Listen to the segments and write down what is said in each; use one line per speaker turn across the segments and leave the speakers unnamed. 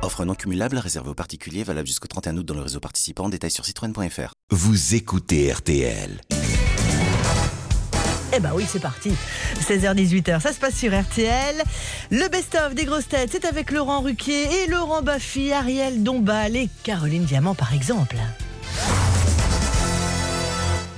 Offre non cumulable réservée aux particuliers valable jusqu'au 31 août dans le réseau participant. Détails sur citroën.fr.
Vous écoutez RTL.
Eh ben oui, c'est parti. 16h-18h, ça se passe sur RTL. Le best-of des grosses têtes, c'est avec Laurent Ruquier et Laurent Baffy, Ariel Dombal et Caroline Diamant par exemple.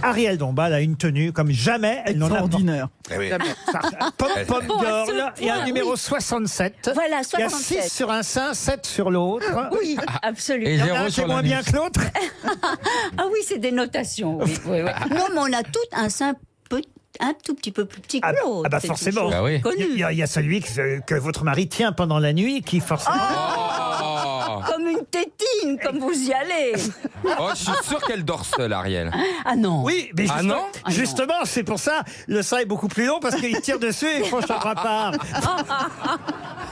Ariel Dombal a une tenue comme jamais elle n'en a.
Extraordinaire.
Eh Ah,
Jamais. Ça- Pomme, pomme
Bon, à ce
girl et
point,
un numéro
oui.
67.
Voilà,
Il y a
67.
6 sur un sein, 7 sur l'autre.
Oui,
Ah,
Ah, absolument.
Il y en a un qui est moins bien que l'autre.
Ah oui, c'est des notations. oui, oui, oui. Non, mais on a toutes un sein peu- un tout petit peu plus petit que
Ah,
l'autre.
ah bah
Oh, c'est une
forcément.
chose
Il y a-
connue.
il y, a- il y a celui que, que votre mari tient pendant la nuit qui forcément.
Oh Comme une tétine, comme vous y allez.
Oh, je suis sûr qu'elle dort seule, Ariel.
Ah non.
Oui, mais
Ah
justement,
non
Ah non.
justement, c'est pour ça le sein est beaucoup plus long parce qu'il tire dessus et il franchit un part.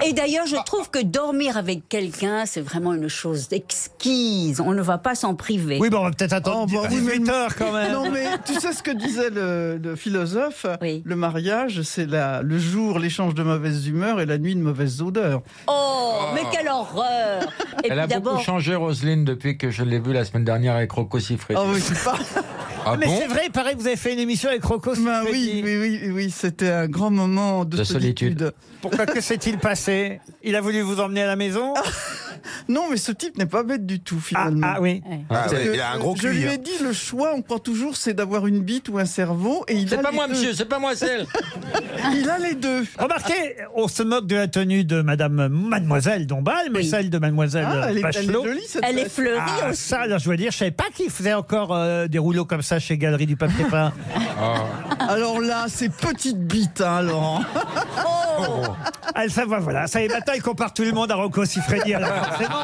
Et d'ailleurs, je trouve que dormir avec quelqu'un, c'est vraiment une chose exquise. On ne va pas s'en priver.
Oui, bon, on va peut-être attendre
Oh, bah oui,
18
mais-
heures quand même.
Non mais tu sais ce que disait le, le philosophe
Oui.
Le mariage, c'est la- le jour l'échange de mauvaises humeurs et la nuit de mauvaises odeurs.
Oh, mais quelle horreur Et
Elle
puis
a beaucoup
d'abord,
changé, Roselyne, depuis que je l'ai vue la semaine dernière avec Rocco Siffredi.
Ah oui, c'est pas.
Ah
mais
bon
c'est vrai, il paraît que vous avez fait une émission avec Rocco.
Bah oui,
Siffredi.
oui, oui, oui, c'était un grand moment de,
De solitude.
Pourquoi que s'est-il passé Il a voulu vous emmener à la maison
Non, mais ce type n'est pas bête du tout
Ah,
finalement.
ah oui.
Ah,
Parce
ouais,
que,
il a un gros
euh, Je
cul,
lui
hein.
ai dit le choix, on prend toujours, c'est d'avoir une bite ou un cerveau. Et il
C'est
a
pas
les
moi,
deux.
monsieur, c'est pas moi, celle.
Il a les deux.
Remarquez, on se moque de la tenue de Madame Mademoiselle Dombal, mais
Oui.
celle de Mademoiselle
Ah, elle, est, elle est
Bachelot.
jolie cette
elle est
veste.
fleurie
Ah,
aussi.
ça, alors je dois dire, je savais pas qu'il faisait encore euh, des rouleaux comme ça chez Galerie du Papier Peint.
Alors là, c'est petite bite, hein, Laurent. Oh.
Elle ça va, voilà. Ça y est, maintenant, il compare tout le monde à Rocco Siffredi. Alors, forcément,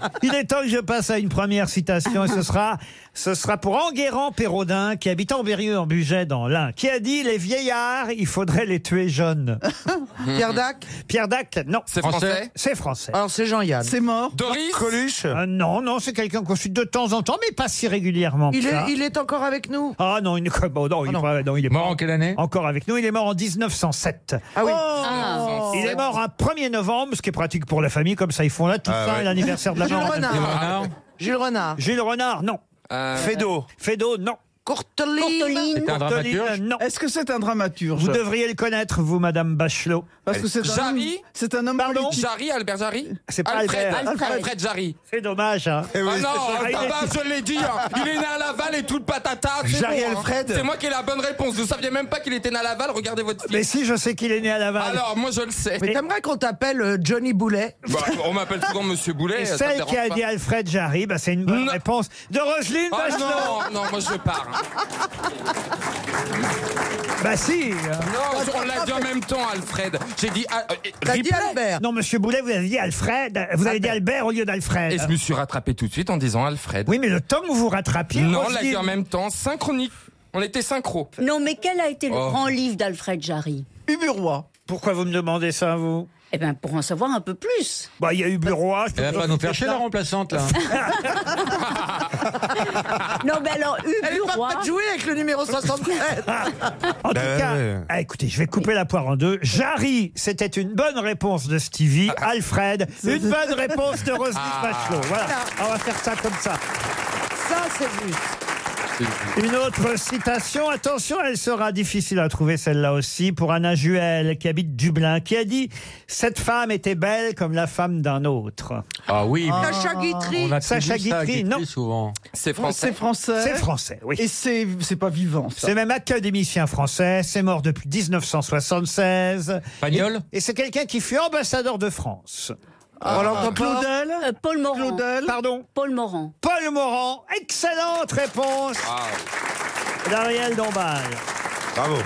Ah,
il est temps que je passe à une première citation et ce sera, ce sera pour Enguerrand Pérodin, qui habite en Berrieux, en Bugey, dans l'Ain, qui a dit Les vieillards, il faudrait les tuer jeunes.
Pierre Dac
Pierre Dac, non.
C'est français
C'est français.
Alors c'est Jean-Yann.
C'est mort.
Doris
Coluche
Euh, non, non, c'est quelqu'un qu'on suit de temps en temps, mais pas si régulièrement. que
il
ça.
est, il est encore avec nous
Ah non, il n'est bon, non, il est pas- non, il est
Mort
pas
en quelle année
Encore avec nous, il est mort en 1907.
Ah oui.
Oh.
Ah.
Il est mort un 1er novembre, ce qui est pratique pour la famille, comme ça ils font là tout
Ah
ça,
ouais.
l'anniversaire de la
Jules
mort.
Renard. Ah. Jules Renard.
Jules Renard, non.
Euh, Fédo.
Fédo, non.
Courteline.
Courteline.
C'est un
Toline,
dramaturge.
non.
Est-ce que c'est un dramaturge
Vous devriez le connaître, vous, Madame Bachelot.
Parce que c'est un, homme-
Jarry
c'est un homme
Pardon
politique.
Jarry, Albert Jarry
C'est pas
Alfred,
Albert.
Alfred,
Alfred.
Alfred Jarry.
C'est dommage, hein.
Ah non,
Jarry.
ah bah, je l'ai dit, hein. il est né à Laval et tout le patata. c'est
Jarry
bon, hein.
Alfred.
C'est moi qui ai la bonne réponse. Vous saviez même pas qu'il était né à Laval, regardez votre
Mais
fils.
si, je sais qu'il est né à Laval.
Alors, moi je le sais.
Mais t'aimerais qu'on t'appelle euh, Johnny Boulet
Bah, on m'appelle souvent Monsieur Boulet.
Et
ça me
celle
dérange
qui a
pas.
dit Alfred Jarry, bah, c'est une bonne
Non.
réponse de Roselyne
Ah
Bachelot.
non, non, moi je pars. hein.
Bah si. hein.
Non, on l'a dit en même temps, Alfred. J'ai dit. ah, euh,
T'as dit
Ripley.
Albert
Non, Monsieur Boulet, vous avez dit Alfred. Vous avez dit Albert au lieu
Et je
d'Alfred.
me suis rattrapé tout de suite en disant Alfred.
Oui, mais le temps que vous vous rattrapiez.
non, on l'a
Roselyne-
dit en même temps, synchronique. On était synchro.
Non, mais quel a été le
Oh.
grand livre d'Alfred Jarry
Huberoi.
Pourquoi vous me demandez ça, vous
Eh bien, pour en savoir un peu plus.
Bah, il y a eu Bureau. je peux
Elle
vous
va pas nous faire chier, la remplaçante, là.
Non, mais alors,
Elle est pas
Huburois,
prête de jouer avec le numéro 67
Ah, En tout
Bah, ouais,
cas,
ouais.
ah, écoutez, je vais couper la poire en deux. Jarry, c'était une bonne réponse de Stevie.
Ah,
Alfred, une bonne réponse de Roselyne
Ah.
Bachelot. Voilà, on va faire ça comme ça.
Ça c'est juste
Une autre citation, attention, elle sera difficile à trouver celle-là aussi, pour Anna Juel, qui habite Dublin, qui a dit « Cette femme était belle comme la femme d'un autre
Ah oui, mais
Sacha Guitry
on a
Sacha Guitry, non.
souvent.
C'est
C'est
français.
français. ».
C'est français, oui.
Et c'est c'est pas vivant, ça.
C'est même académicien français, c'est mort depuis 1976.
Pagnol
Et c'est quelqu'un qui fut ambassadeur de France.
Roland Topor
Claudel
Ah, euh, Paul Morand.
Claudel
Pardon
Paul Morand.
Paul Morand, excellente réponse
Ah,
d'Ariel Dombal.
Bravo.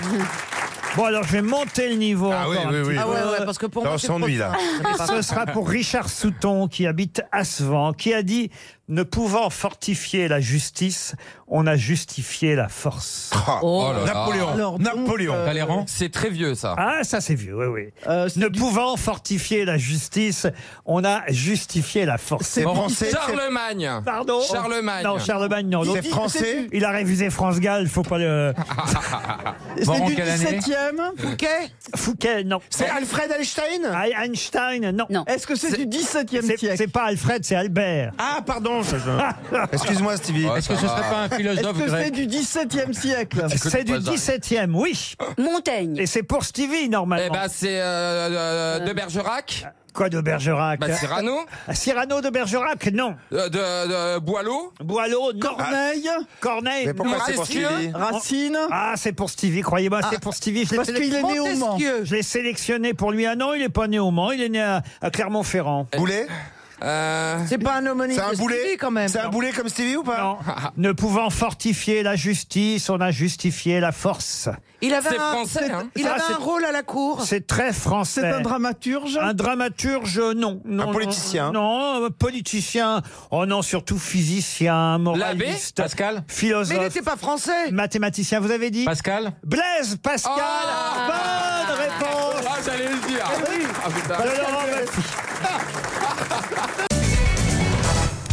Bon, alors je vais monter le niveau.
Ah oui,
encore un
oui,
petit
oui.
Ah ouais ouais parce que pour
Ça,
moi
on
c'est trop
s'ennuie, là.
simple.
peu. Ce sera pour Richard Souton, qui habite Assevant, qui a dit Ne pouvant fortifier la justice, on a justifié la force.
Ah,
Ah.
Oh.
oh
Napoléon. Napoléon.
euh,
Talleyrand. Oh C'est très vieux ça.
Ah, ça c'est vieux, oui, oui. ne pouvant fortifier la justice, on a justifié la force.
C'est Bon, français, c'est- Charlemagne.
Pardon
Charlemagne.
Non, Charlemagne, non.
C'est
l'autre.
français
Il a révisé France Gall, faut pas le...
C'est du 17e Fouquet
Fouquet, non.
C'est Alfred Einstein
Ah, Einstein, non.
Est-ce que c'est du 17e
C'est- C'est pas Alfred, c'est Albert.
Ah, pardon
Excuse-moi, Stevie.
Oh,
Est-ce que ce serait pas un philosophe
Est-ce que c'est du 17e siècle
C'est du 17e, oui.
Montaigne.
Et c'est pour Stevie, normalement.
Eh ben, c'est euh, euh, de Bergerac.
Quoi de Bergerac
Bah, Cyrano.
Ah, Cyrano de Bergerac, non.
Euh, de, de Boileau.
Boileau, non.
Corneille
Corneille,
Mais pourquoi
non.
Eh, c'est pour Stevie Racine
Ah, c'est pour Stevie, croyez-moi,
Ah,
c'est pour Stevie. Je l'ai
parce
sélec-
qu'il est né au Mans.
Montesquieu. Je l'ai sélectionné pour lui. Ah non, il n'est pas né au Mans, il est né à, à Clermont-Ferrand.
Eh,
Boulet.
euh,
C'est pas un homonyme de Stevie, quand même.
comme Stevie ou pas Non. ne pouvant fortifier la justice, on a justifié la force.
Il avait,
C'est
un,
français,
c'est-
hein.
il
Ah,
avait
c'est-
un rôle à la cour.
C'est très français.
C'est un dramaturge
Un dramaturge, euh, non. non, non.
politicien
Non, un politicien. Oh non, surtout physicien, moraliste. Pascal Philosophe.
Mais il n'était pas français. Oh
Mathématicien, vous avez dit Pascal Blaise Pascal Bonne réponse
Ah, j'allais le dire.
Eh oui.
Ah, putain.
Voilà, Laurent Baffie.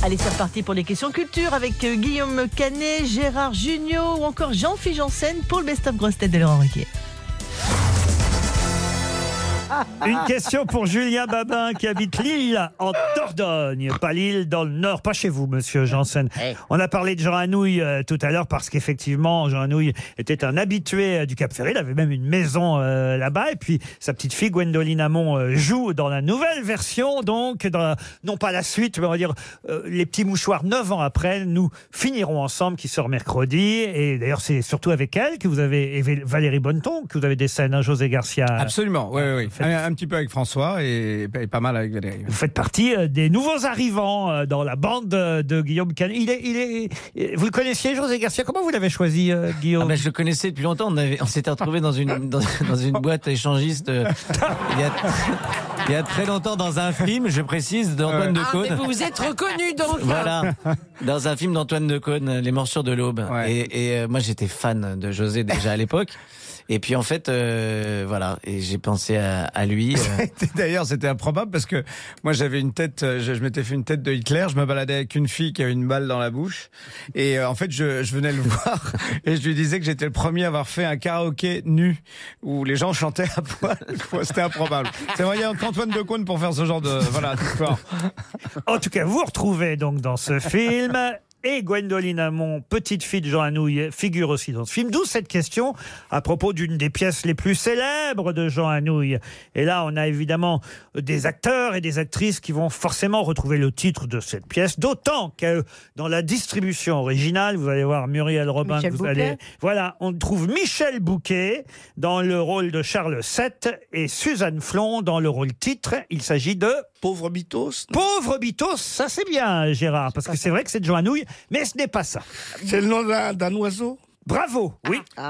Allez, c'est reparti pour les questions culture avec euh, Guillaume Canet, Gérard Junior ou encore Jean-Philippe Janssen pour le best-of grosse tête de Laurent Ruquier.
Une question pour Julien Babin qui habite Lille en Dordogne, pas Lille dans le Nord, pas chez vous, Monsieur Janssen. On a parlé de Jean Anouilh euh, tout à l'heure parce qu'effectivement Jean Anouilh était un habitué euh, du Cap Ferré, il avait même une maison euh, là-bas et puis sa petite fille Gwendoline Amon euh, joue dans la nouvelle version, donc dans la- non pas la suite, mais on va dire euh, les petits mouchoirs neuf ans après. Nous finirons ensemble qui sort mercredi et d'ailleurs c'est surtout avec elle que vous avez et Valérie Bonneton que vous avez des scènes, hein, José Garcia.
Absolument, oui, oui. oui. Un, un petit peu avec François et, et pas mal avec Valérie.
Vous faites partie euh, des nouveaux arrivants euh, dans la bande euh, de Guillaume Canet. Il est, il est, vous le connaissiez, José Garcia Comment vous l'avez choisi, euh, Guillaume
Ah ben, je le connaissais depuis longtemps. On, avait- on s'était retrouvé dans une dans, dans une boîte échangiste euh, il, y a, il y a très longtemps dans un film, je précise,
Ah
d'Antoine de Decaune.
êtes reconnu donc.
Voilà, dans un film d'Antoine Decaune, Les Morsures de l'Aube. Et, et, euh, moi, j'étais fan de José déjà à l'époque. Et puis en fait, euh, voilà, et j'ai pensé à, à lui. euh,
D'ailleurs, c'était improbable parce que moi, j'avais une tête, euh, je, je m'étais fait une tête de Hitler. Je me baladais avec une fille qui avait une balle dans la bouche. Et euh, en fait, je, je venais le voir et je lui disais que j'étais le premier à avoir fait un karaoké nu où les gens chantaient à poil. C'était improbable. C'est vrai, il y a qu'Antoine Decaune pour faire ce genre de, voilà, d'histoire.
En tout cas, vous vous retrouvez donc dans ce film. Et Gwendoline Amon, petite fille de Jean Anouilh, figure aussi dans ce film. D'où cette question à propos d'une des pièces les plus célèbres de Jean Anouilh. Et là, on a évidemment des acteurs et des actrices qui vont forcément retrouver le titre de cette pièce. D'autant que dans la distribution originale, vous allez voir Muriel Robin,
Michel
vous
Bouquet.
allez voilà, on trouve Michel Bouquet dans le rôle de Charles VII et Suzanne Flon dans le rôle titre. Il s'agit de Pauvre Bitos. Pauvre Bitos, ça c'est bien, Gérard, parce que c'est vrai que c'est de Joannouille, mais ce n'est pas ça. C'est le nom d'un oiseau. Bravo, oui.
Mais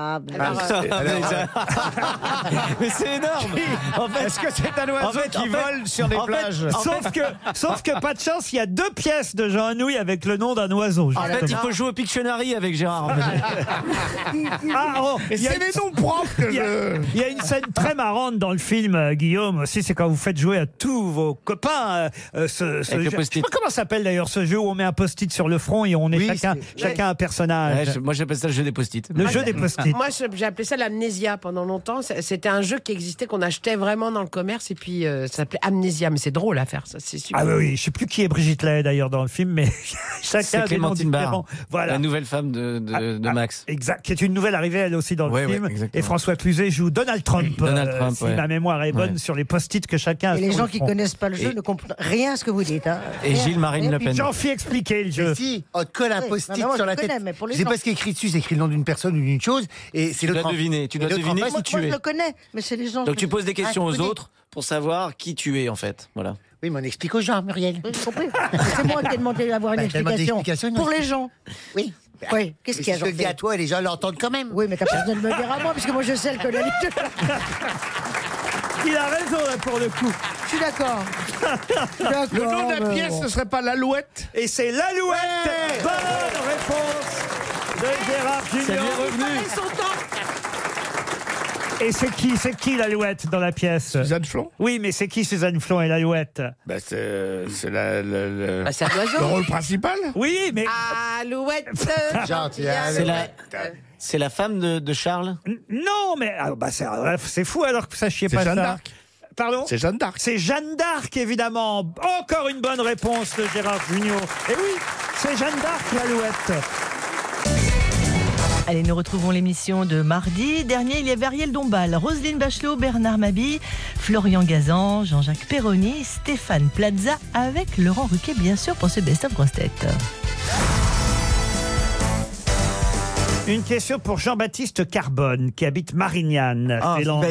c'est Ah, énorme en fait,
Est-ce que c'est un oiseau
en fait,
qui
en fait-
vole sur des
en fait-
plages
en
Sauf
fait-
que, sauf que pas de chance, il y a deux pièces de Jean Anouilh avec le nom d'un oiseau.
En fait, il
justement.
faut jouer au Pictionary avec Gérard. en fait.
Ah, oh,
Et
il y a
c'est
une-
les noms propres que
Il y, a-
je-
il y a une scène très marrante dans le film, euh, Guillaume, aussi, c'est quand vous faites jouer à tous vos copains euh, euh, ce, ce
Avec le
jeu. Je sais
post-it.
pas comment ça s'appelle d'ailleurs ce jeu où on met un post-it sur le front et on est chacun, chacun un personnage.
Ouais, je- moi, j'appelle ça le jeu des post-it.
Le jeu des post-it.
Moi, je- j'ai appelé ça l'amnésia pendant longtemps. C'est- C'était un jeu qui existait, qu'on achetait vraiment dans le commerce, et puis euh, ça s'appelait amnésia. Mais c'est drôle à faire, ça, c'est sûr.
Ah oui, oui, je sais plus qui est Brigitte Lay d'ailleurs dans le film, mais chacun
C'est
a des noms
Clémentine Barre,
différents. Voilà. Ah,
la nouvelle femme de, de- de Max.
Exact, qui est une nouvelle arrivée elle aussi dans le
Ouais, ouais,
film.
exactement.
et François Cluzet joue Donald Trump,
Donald
euh,
Trump,
si
ouais.
ma mémoire est bonne,
Ouais.
sur les post-it que chacun a
Et les
sur
gens
le
qui
front.
connaissent pas le jeu
Et-
ne comprennent rien à ce que vous dites. Hein.
Et Gilles Marine Le Pen.
Jean-Phi expliquait le
Mais
jeu.
si, on te Oh, colle un
Oui,
post-it
non, mais moi,
sur
je
la
connais,
tête.
mais pour les
je sais
gens.
pas ce qui est écrit dessus, c'est écrit le nom d'une personne ou d'une chose. Et c'est
Tu
l'autre
dois
en-
deviner, tu
et
dois
l'autre en
deviner
face,
si tu
Moi,
es.
je le connais, mais c'est les gens.
Donc
que
tu
je-
poses des questions aux
inconnus.
autres pour savoir qui tu es en fait. Voilà.
Oui, mais on explique aux gens, Muriel.
Oui, j'ai compris. C'est moi qui ai demandé d'avoir une
Bah, demande des
explication.
explications, non,
Pour les
c'est-
gens.
Oui. Bah,
Oui, qu'est-ce
Mais
qu'il y a,
si Je te le dis
Jean-Philippe
à toi et les gens l'entendent quand même.
Oui, mais t'as pas besoin de me le dire à moi, parce que moi je sais le connaître.
Il a raison là pour le coup.
suis d'accord.
Le nom de la pièce, ce
serait pas l'alouette
Et c'est l'alouette Bonne réponse de Gérard Junior. Et c'est qui, c'est qui l'alouette dans la pièce Suzanne Flon Oui, mais c'est qui Suzanne Flon et l'alouette
Bah,
euh,
c'est c'est la- le, le-
Bah, c'est un oiseau.
le rôle principal.
Oui, mais.
Alouette
Gentille C'est la- C'est la femme de, de Charles
Non, mais ah, bah, c'est ah, c'est fou alors que vous sachiez
C'est
pas
Jeanne
ça.
d'Arc.
Pardon
C'est Jeanne d'Arc.
C'est Jeanne d'Arc, évidemment. Encore une bonne réponse de Gérard Junior. Et oui, c'est Jeanne d'Arc, l'alouette.
Allez, nous retrouvons l'émission de mardi. Dernier, il y avait Ariel Dombal, Roselyne Bachelot, Bernard Mabille, Florian Gazan, Jean-Jacques Perroni, Stéphane Plaza, avec Laurent Ruquet, bien sûr, pour ce Best of Grosse Tête.
Une question pour Jean-Baptiste Carbone, qui habite Marignane.
Ah,
c'est dans-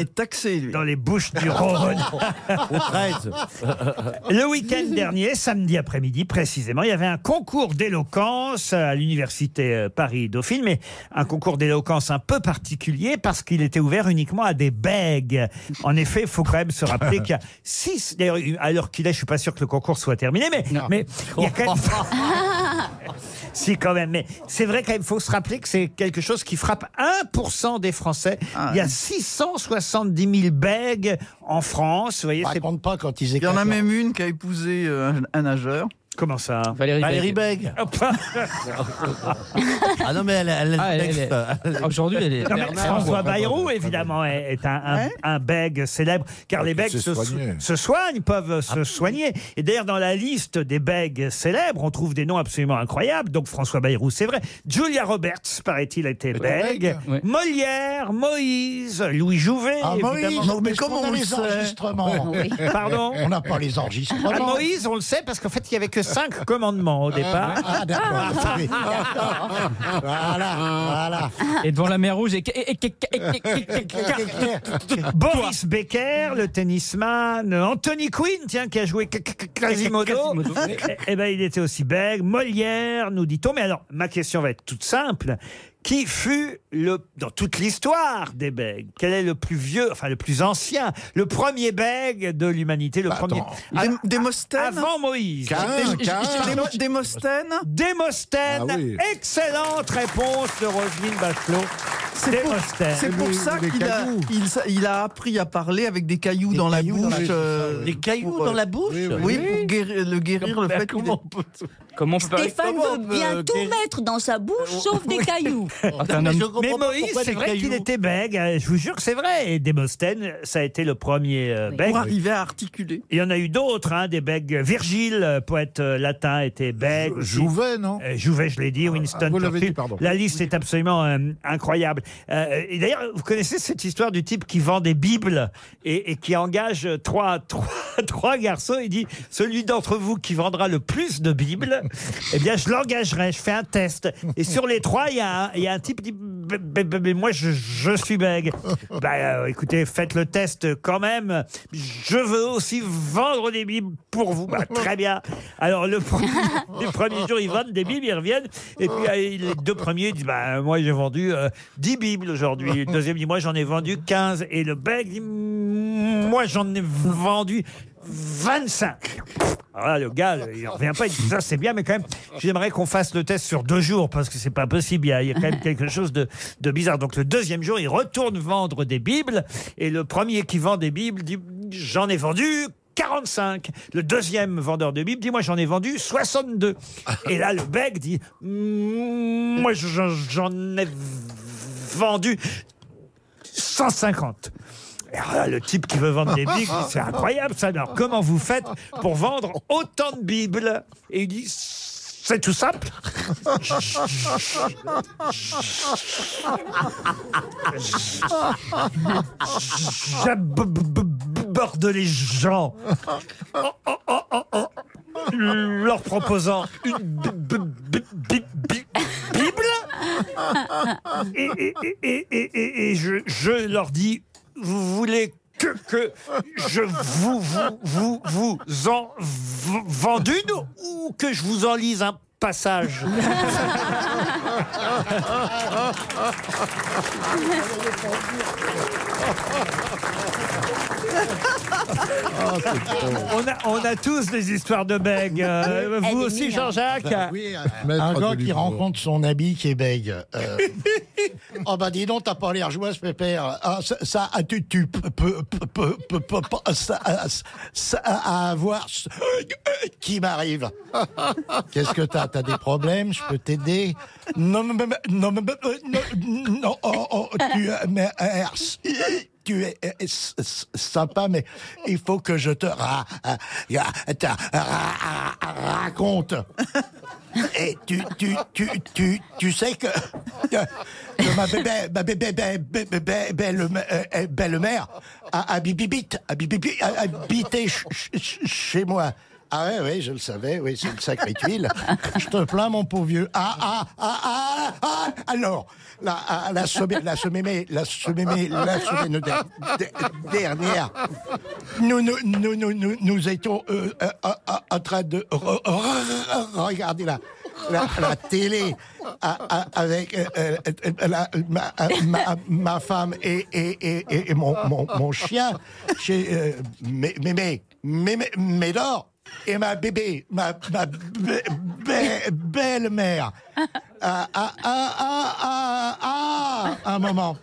Dans les Bouches du Rhône. Le week-end dernier, samedi après-midi précisément, il y avait un concours d'éloquence à l'université euh, Paris-Dauphine, mais un concours d'éloquence un peu particulier parce qu'il était ouvert uniquement à des bègues. En effet, il faut quand même se rappeler qu'il y a six. D'ailleurs, à l'heure qu'il est, je suis pas sûr que le concours soit terminé, mais mais il y a quand même. Si, quand même. Mais c'est vrai quand même, faut se rappeler que c'est quelque chose qui frappe 1% des Français. Il y a 670 000 bègues en France. Vous voyez, compte pas quand ils
Il y en a même une qui a épousé euh, un, un nageur.
Comment ça
Valérie,
Valérie Bègue.
Ah non, mais elle,
Ah, elle- elle est- Aujourd'hui, elle est.
Non, mais
Bernard,
François
bon, pardon.
Bayrou, évidemment, est est un, un, un bègue célèbre, car les bègues
se
se,
soigner.
se soignent, peuvent se soigner. Et d'ailleurs, dans la liste des bègues célèbres, on trouve des noms absolument incroyables. Donc François Bayrou, c'est vrai. Julia Roberts, paraît-il, était bègue. Molière, Moïse, Louis Jouvet.
Ah, Moïse,
évidemment.
non, mais comment on les enregistrements Oui.
Pardon
On n'a pas les enregistrements.
Ah, Moïse, on le sait parce qu'en fait, il n'y avait que cinq commandements au départ.
Ah, d'accord. oui. voilà, voilà.
Et devant la mer rouge, et...
Boris Becker, le tennisman, Anthony Quinn, tiens, qui a joué Ca- Ca- Ca- Quasimodo.
Quasimodo.
Eh ben, il était aussi bègue. Molière, nous dit-on. Mais alors, ma question va être toute simple. Qui fut le, dans toute l'histoire des bègues, quel est le plus vieux, enfin le plus ancien, le premier bègue de l'humanité, le premier. Démosthène Avant Moïse.
Caïn,
Dé-
Caïn.
Dé- Démosthène Démosthène
Ah oui.
Excellente réponse de Roselyne Bachelot.
C'est pour,
Démosthène.
c'est pour ça qu'il a, il, s- il a appris à parler avec des cailloux dans la bouche. euh,
Des cailloux
pour,
dans
euh,
la bouche
Oui, pour guérir, le guérir le fait comment on peut.
Comment
Bah,
Stéphane veut
euh,
bien tout mettre dans sa bouche, sauf des cailloux.
mais, Moïse, c'est vrai qu'il était bègue. euh, Je vous jure que c'est vrai. Et Démosthène, ça a été le premier euh, bègue.
Pour arriver à articuler.
Il y en a eu d'autres, hein, des bègues. Virgile, euh, poète euh, latin, était bègue. Jouvet, non Euh, Jouvet, je l'ai dit. Winston
Ah, vous l'avez
Churchill.
dit, pardon.
La liste est absolument euh, incroyable. Euh, et d'ailleurs, vous connaissez cette histoire du type qui vend des bibles et, et qui engage euh, trois, trois, trois garçons. Il dit celui d'entre vous qui vendra le plus de bibles, eh bien, je l'engagerai. Je fais un test. Et sur les trois, il y a, un- il y a un type qui dit B- b- b- mais moi, je, je suis bègue. Bah, euh, écoutez, faites le test quand même. Je veux aussi vendre des bibles pour vous. Bah, très bien. Alors, le premier, les premiers jours, ils vendent des bibles, ils reviennent. Et puis, euh, les deux premiers disent bah, Moi, j'ai vendu euh, 10 bibles aujourd'hui. Le deuxième dit Moi, j'en ai vendu 15. Et le bègue dit Moi, j'en ai vendu 25. Alors là, le gars, il en revient pas, il dit ça c'est bien, mais quand même, j'aimerais qu'on fasse le test sur deux jours parce que c'est pas possible. Il y a, il y a quand même quelque chose de, de bizarre. Donc le deuxième jour, il retourne vendre des bibles et le premier qui vend des bibles dit j'en ai vendu. 45. Le deuxième vendeur de bibles dit Moi, j'en ai vendu 62. Et là, le bec dit Mm, Moi, j'en j'en ai vendu 150. Et alors là, Eh, le type qui veut vendre des bibles, c'est incroyable ça. Alors, comment vous faites pour vendre autant de bibles Et il dit, c'est tout simple. J'aborde les gens leur proposant une bi- bi- bi- bi- Bible et, et- et- et- et- et je, je leur dis, vous voulez que, que je vous, vous, vous, vous en v- vende une ou que je vous en lise un passage.
Oh,
Ah. on, a, on a tous des histoires de bègues.
bah,
Euh, vous aussi, Jean-Jacques
Ah Oui, euh, un, un gars qui rencontre son ami qui est bègue. euh, oh bah dis donc, t'as pas l'air joyeux, ce pépère. Ah, ça, ça, ah, tu, tu peux, peux- peux- peux- peux- pas- ça, ah, ça, à avoir ce- qui m'arrive. Qu'est-ce que t'as T'as des problèmes Je peux t'aider Non, non, mais- non, mais- euh, non, non, oh, oh, tu, euh, mais, euh, merci. tu es euh, s- s- sympa, mais il faut que je te ra- ra- ra- ta- ra- ra- raconte. Et tu, tu, tu, tu, tu sais que, que, que ma bébé, ma bébé, bébé, bébé, bébé, belle, euh, euh, belle-mère a, a bibibite, a bibibi- a- habité ch- ch- chez moi. Ah ouais, oui, je le savais, oui, c'est une sacrée tuile. Je te plains, mon pauvre vieux. Ah, ah, ah, ah, ah, alors, la, ah, la semaine, la semaine, la semaine, la semaine der- der- dernière, nous, nous, nous, nous, nous, nous étions euh, euh, euh, euh, en train de re- re- re- regarder la, la, la télé a- a- avec euh, euh, euh, la- ma, ma- ma femme et, et, et, et- et mon, mon, mon chien chez euh, Mé- Mémé, Mémé- Médor. Et ma bébé, ma, ma bé- bé- belle-mère, ah, ah, ah, ah, ah, ah, un moment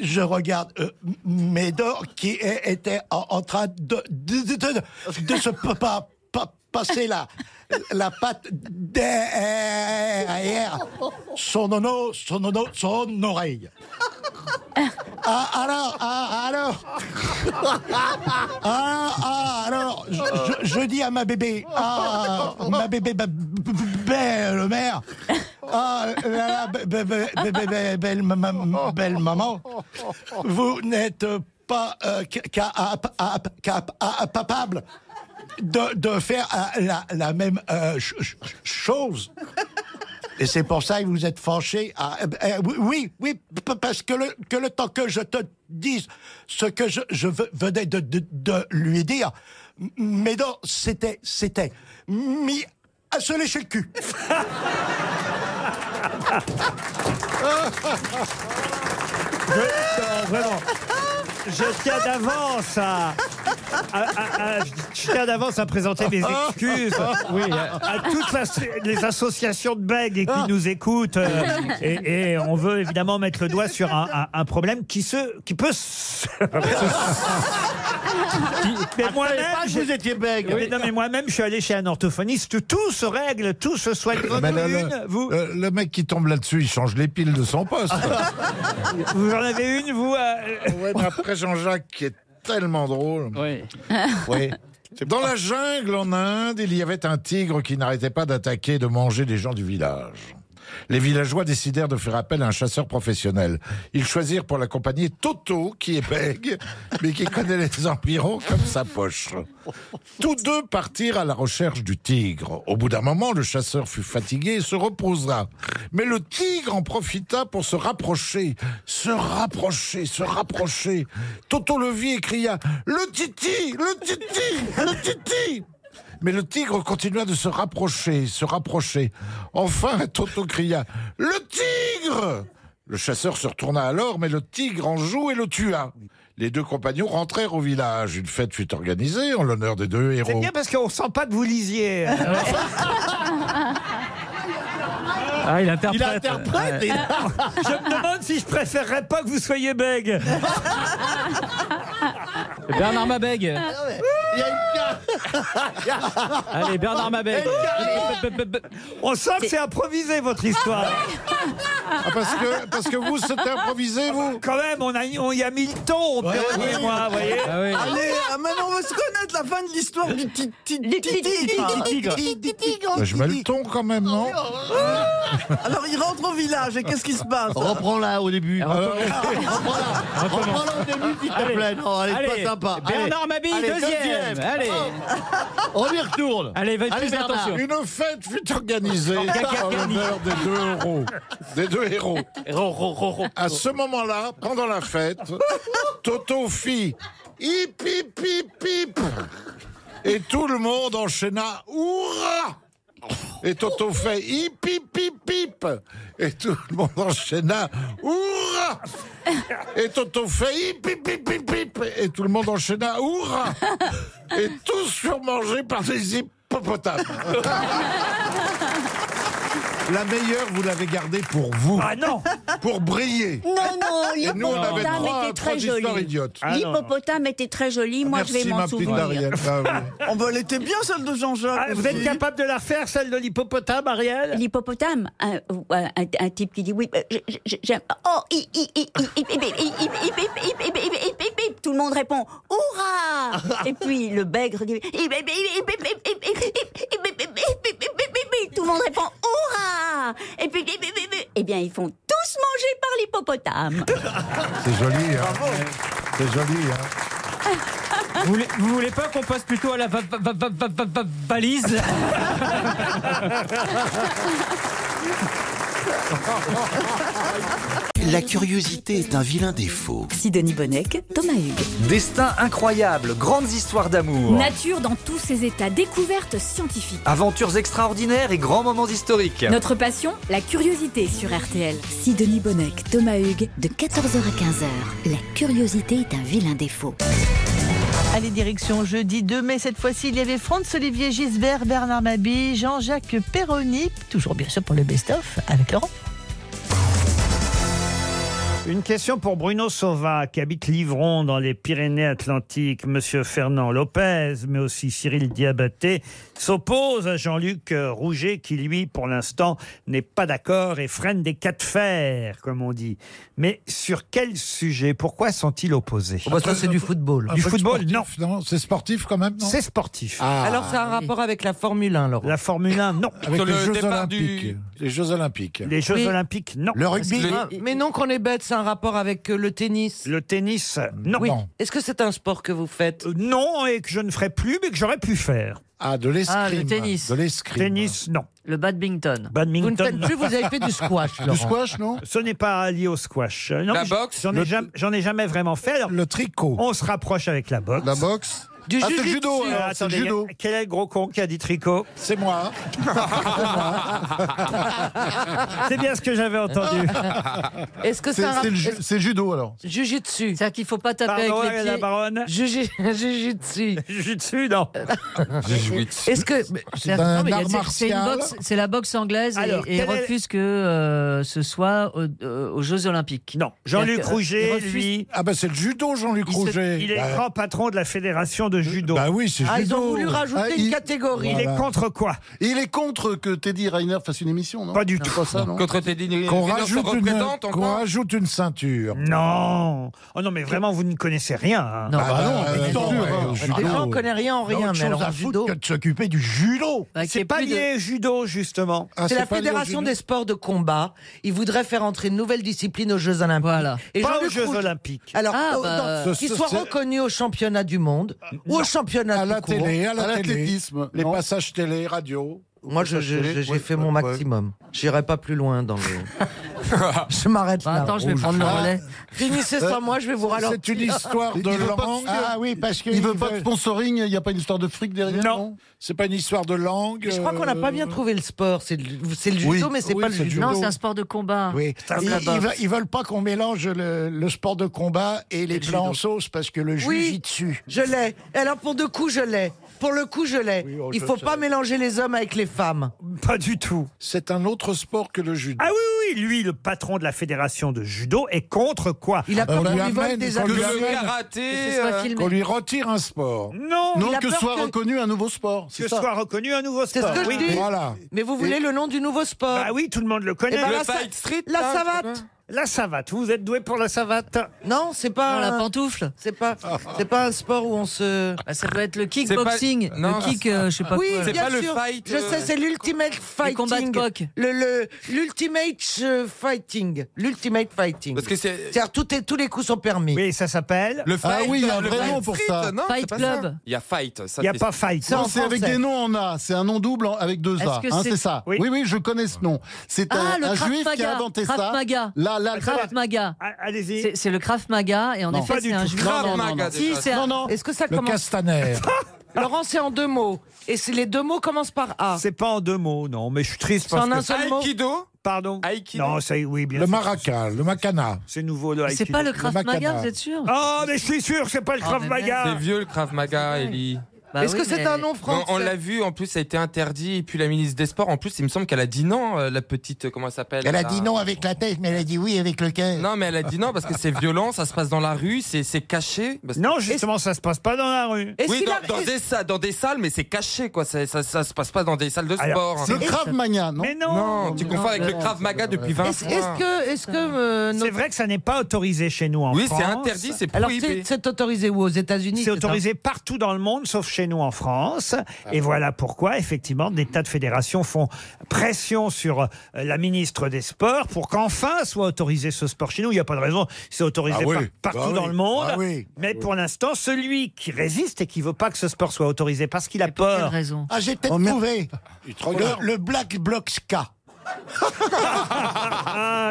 je regarde euh, Médor qui est- était en, en train de, de, de- de- de se pa- pa- pa- passer la, la patte derrière son nono, son nono, son oreille. Ah, alors, ah, alors, ah, ah, alors, je, je- je dis à ma bébé, ah, ma bébé, ma belle-mère, ah, là, là, be- be- be- be- be- belle, ma- ma- belle maman, vous n'êtes pas euh, ca- cap- ap- cap- ap- capable de, de faire euh, la, la même euh, ch- ch- chose. Et c'est pour ça que vous êtes fâché. à- euh, euh, oui, oui, p- parce que le, que le temps que je te dise ce que je, je ve- venais de, de- de lui dire, m- mais non, c'était, c'était mis à se lécher le cul.
Je- non, vraiment. Je tiens d'avance à, à- à- à- je tiens d'avance à présenter mes excuses
Oui, euh.
à toutes as- les associations de bègues et
Ah.
qui nous écoutent. euh, et, et on veut évidemment mettre le doigt sur un, un- un problème qui, se, qui peut se- mais moi-même, je- Mais non, mais moi-même, je suis allé chez un orthophoniste. Tout se règle, tout se soigne.
Ben là,
Une,
le,
Euh, vous...
le- le mec qui tombe là-dessus, il change les piles de son poste.
vous en avez une, vous
Après Jean-Jacques, qui est tellement drôle. Oui. Dans la jungle en Inde, il y avait un tigre qui n'arrêtait pas d'attaquer et de manger les gens du village. Les villageois décidèrent de faire appel à un chasseur professionnel. Ils choisirent pour l'accompagner Toto, qui est bègue, mais qui connaît les environs comme sa poche. Tous deux partirent à la recherche du tigre. Au bout d'un moment, le chasseur fut fatigué et se reposa. Mais le tigre en profita pour se rapprocher, se rapprocher, se rapprocher. Toto le vit et cria Le titi Le titi Le titi mais le tigre continua de se rapprocher, se rapprocher. Enfin, Toto cria Le tigre Le chasseur se retourna alors, mais le tigre en joue et le tua. Les deux compagnons rentrèrent au village. Une fête fut organisée en l'honneur des deux héros.
C'est bien parce qu'on sent pas que vous lisiez.
Ah, il interprète. Il interprète,
et- Ah. Je me demande si je préférerais pas que vous soyez bègue.
Bernard Mabègue.
Ah Il y a une
Allez, Bernard Mabègue.
On sent que c'est improvisé, votre histoire.
Ah, parce, que, parce que vous, c'était improvisé, vous
Ah, Quand même, on, a, on y a mis le ton, Péroni et moi, vous voyez
Allez, ah, maintenant on va se connaître la fin de l'histoire du ti- ti- ti- ti- tigre.
Bah, je mets le ton quand même,
Oh,
non
Ah Alors il rentre au village et qu'est-ce qui se passe
Reprends-la au début.
Reprends-la.
Reprends-la au début, s'il te plaît. Non, elle est
Allez.
pas sympa. Allez.
Bernard Mabille,
Allez, Oh.
deuxième. Allez.
On y retourne.
Allez, faites plus
Bernard.
attention.
Une fête fut organisée en
Gagagani.
l'honneur des deux héros. Des deux héros. À ce moment-là, pendant la fête, Toto fit hip hip hip hip et tout le monde enchaîna hurrah
Et Toto fait hip hip hip hip. Et tout le monde enchaîna. Hurrah Et Toto fait hip hip hip hip hip. Et tout le monde enchaîna. Hurrah Et tous furent mangés par des hippopotames. La meilleure, vous l'avez gardée pour vous.
Ah non
Pour briller.
Non, non,
Et nous, on avait
l'hippopotame
trois,
était très
trois histoires
joli.
idiotes.
Ah
L'hippopotame était très joli, moi je vais m'en souvenir.
Ah,
On va était bien celle de Jean-Jacques. vous êtes capable de la refaire celle de l'hippopotame, Ariel
L'hippopotame, un, un- un type qui dit oui, euh, je- je- j'aime. Oh, hi, hi, hi, hi, hi, hi, hi, hi, hi, hi, hi, hi, hi, hi, hi, hi, hi. tout le monde répond Hurrah Et puis le bègre dit Hi, hi, hi, hi, hi, hi, hi, hi, hi, hi, hi, hi, hi, hi, hi, hi, hi, hi. Tout le monde répond Hurrah Et puis hi, hi, hi, hi. Eh bien, ils font tous manger par l'hippopotame.
C'est joli. hein. C'est joli. hein.
Vous voulez, vous voulez pas qu'on passe plutôt à la va- va- va- va- va- va- valise
La curiosité est un vilain défaut.
Sidonie Bonnec, Thomas Hugues.
Destin incroyable, grandes histoires d'amour.
Nature dans tous ses états, découvertes scientifiques.
Aventures extraordinaires et grands moments historiques.
Notre passion, la curiosité sur RTL. Sidonie Bonnec, Thomas Hugues, de 14h à 15h. La curiosité est un vilain défaut.
Allez, direction jeudi 2 mai. Cette fois-ci, il y avait Franz Olivier Gisbert, Bernard Mabille, Jean-Jacques Perroni, toujours bien sûr pour le best-of, avec Laurent.
Une question pour Bruno Sauva, qui habite Livron dans les Pyrénées-Atlantiques. Monsieur Fernand Lopez, mais aussi Cyril Diabaté, s'oppose à Jean-Luc euh, Rouget, qui lui, pour l'instant, n'est pas d'accord et freine des quatre fers, comme on dit. Mais sur quel sujet Pourquoi sont-ils opposés
Oh, bah, ça, c'est du football.
Du
Un peu
football, non.
sportif,
C'est sportif quand même, non Ah.
C'est sportif.
Alors, ça a un rapport avec la Formule 1, Laurent
Ah, La Formule 1, non.
Avec Sur les le Jeux départ
Olympiques. Les Jeux Olympiques.
Les Jeux
Oui.
Olympiques, non.
Ah, Mais non, qu'on est bête, c'est un rapport avec euh, le tennis.
Le tennis, non. Euh,
Oui. Est-ce que c'est un sport que vous faites
Non, et que je ne ferai plus, mais que j'aurais pu faire.
Ah, de l'escrime.
Ah, le tennis.
De l'escrime.
Tennis, non.
Le badminton.
Badminton.
Vous ne faites plus, vous avez fait du squash. Laurent.
non
Ce n'est pas lié au squash. Euh, Non,
La
j-
boxe
J'en ai,
Le-
jamais- j'en ai jamais vraiment fait.
le tricot.
On se rapproche avec la boxe.
La boxe
Du
Ah, c'est le jujitsu. judo, alors, c'est le
attendez,
judo.
y a- quel est le gros con qui a dit tricot
C'est moi. hein.
C'est bien ce que j'avais entendu.
Est-ce que c'est un rapport- est-ce-
judo alors
Jujitsu. C'est-à-dire qu'il ne faut pas taper
Pardon, hein,
avec les
la
pieds.
baronne
Juji- Jujitsu.
Jujitsu, non.
Jujitsu. Est-ce que... mais-
C'est non, mais il y a- c'est- c'est une boxe- c'est la boxe anglaise et-
Alors,
et,
quel est-
refuse que euh, ce soit au- euh, aux Jeux Olympiques.
Non, Jean-Luc Rouget, lui.
Ah, bah c'est le judo, Jean-Luc Rouget.
Il est
Bah,
grand patron de la fédération de judo.
Bah oui, c'est
Ah, ils
judo.
ont voulu rajouter
Ah,
une
il-
catégorie.
Il est contre quoi
Il est contre que Teddy Reiner fasse une émission, non
Pas du tout.
C'est pas ça, non
Contre Teddy Riner,
Qu'on
on se
rajoute, une,
représente
qu'on
encore
rajoute une ceinture.
Non. Oh non, mais vraiment, vous ne connaissez rien. hein.
Non, bah non, mais
attends,
sûr,
euh,
hein, au
déjà,
judo.
on connaît rien en
Il y a
rien, mais
autre chose
alors,
à
en
foutre que de s'occuper du judo.
C'est pas lié au judo, justement.
Ah,
c'est la Fédération des sports de combat. Ils voudraient faire entrer une nouvelle discipline aux Jeux Olympiques.
Pas
Jean-Luc
aux Jeux
Rouget-
Olympiques.
Alors,
Ah,
euh,
bah,
non,
ce-
qu'ils
ce-
soient
c'est-
reconnus au championnat du monde ou au championnat
Ah, À la télé, à la télé.
l'athlétisme.
Les passages télé, radio.
Moi, je- je- je- j'ai fait mon maximum. J'irai pas plus loin dans le. je m'arrête
Ah,
là. attends, je vais prendre le relais. Ah.
Ah.
Finissez sans moi, je vais vous ralentir.
C'est une histoire de
Il veut pas de
langue.
Ah
oui, parce qu'il veut pas de sponsoring. Il n'y a pas une histoire de fric derrière. Non, c'est pas une histoire de langue. euh,
Je crois qu'on n'a pas bien trouvé le sport. C'est le, c'est le judo,
Oui,
mais c'est
oui,
pas le
c'est le
judo.
judo. Non, c'est un
sport de combat.
Oui.
Comme
Ils,
la
ils
boxe.
veulent- ils veulent pas qu'on mélange le, le sport de combat et les plats en sauce parce que le
Oui,
jujitsu.
je l'ai. Alors pour deux coups, je l'ai. Pour le coup, je l'ai.
oh,
Il
je
faut
sais.
pas mélanger les hommes avec les femmes.
Pas du tout.
C'est un autre sport que le judo.
Ah oui, oui, lui, le patron de la fédération de judo, est contre quoi
Il a
peur qu'on Euh, lui amène- qu'on lui amène-
karaté, euh,
Qu'on lui retire un sport.
Non,
non
il a
que
peur
soit
que-
reconnu un nouveau sport. c'est
Que
ça.
soit reconnu un nouveau
C'est ce
sport.
que je
oui.
dis.
Voilà.
Mais vous voulez
Et-
le nom du nouveau sport
Bah oui, tout le monde le connaît.
Eh ben, Le la sa- Fight Street, la là, savate. je sais
La savate. Vous êtes doué pour la savate
Non, c'est pas.
Non, la
pantoufle. C'est pas. C'est pas un sport où on se.
Bah, ça peut être le
C'est pas-
kickboxing,
non,
le kick, euh, je sais pas
oui,
quoi. là.
bien sûr. Je sais, c'est l'ultimate fighting.
combats de coq.
Le- le- l'ultimate euh, fighting, l'ultimate fighting.
Parce que c'est-
C'est-à-dire tout est- tous les coups sont permis.
Oui, ça s'appelle.
Le fight, le fight street, non,
hein, Fight
c'est pas
Club.
ça. Il y a fight.
Il n'y a pas fight.
C'est en
Non, c'est avec
français.
des noms en A. C'est un nom double en- avec deux
Est-ce
A.
que
hein,
c'est-
c'est ça.
Oui.
Oui. oui, je connais ce nom. C'est
Ah,
un,
le
un
Krav
juif qui
Maga,
a inventé
Krav
ça.
Maga.
Là, là,
Le Krav Maga.
Ah,
Ah,
Allez-y.
C'est- C'est le Krav Maga et en
Non.
effet
Pas du
c'est un
tout.
juif.
Krav Maga,
Si,
déjà.
c'est
Non,
un-
non.
Est-ce que ça
Le
commence
castaner.
Laurent, c'est en deux mots. Et c'est- les deux mots commencent par A.
C'est pas en deux mots, non, mais je suis triste
C'est
parce
en
que...
un
Ah,
seul mot Aïkido
Pardon
Aïkido
Non, c'est... Oui, bien
Le
sûr.
maraca, le macana.
C'est nouveau, le
Mais c'est
Aïkido.
pas le Krav Le Maga, Maga. vous êtes
sûr
Oh, mais je suis sûr que c'est pas le
Ah,
Krav
mais
Maga
merde.
C'est vieux le Krav Maga, Ellie.
Bah Est-ce oui, que c'est mais- un nom français
On, on l'a vu, en plus, ça a été interdit. Et puis la ministre des Sports, en plus, il me semble qu'elle a dit non, euh, la petite, euh, comment elle s'appelle
Elle a
la-
dit non avec la tête, mais elle a dit oui avec le cœur.
Non, mais elle a dit non parce que c'est violent, ça se passe dans la rue, c'est c'est caché. Parce-
Non, justement, ça se passe pas dans la rue.
Oui, dans, dans des, sa- dans des salles, mais c'est caché, quoi. Ça, ça, ça se passe pas dans des salles de
Alors,
sport. hein.
c'est le Krav Maga, non
Mais non
Non, tu confonds avec le Krav Maga depuis 20 ans.
Est-ce est-ce que. Est-ce que euh,
C'est
notre-
vrai que ça n'est pas autorisé chez nous en
Oui, c'est
France.
interdit, c'est
Alors,
prohibé.
c'est- c'est autorisé où Aux États-Unis
C'est
ça
autorisé partout dans le monde, sauf chez nous en France. Et voilà pourquoi, effectivement, des tas de fédérations font pression sur euh, la ministre des Sports pour qu'enfin soit autorisé ce sport chez nous. Il n'y a pas de raison, c'est autorisé
Ah oui,
par- partout
bah
dans
oui,
le monde.
ah oui.
Mais pour l'instant, celui qui résiste et qui veut pas que ce sport soit autorisé parce qu'il a peur.
raison
Ah, j'ai peut-être trouvé.
regarde.
Le, le Black Blocks K.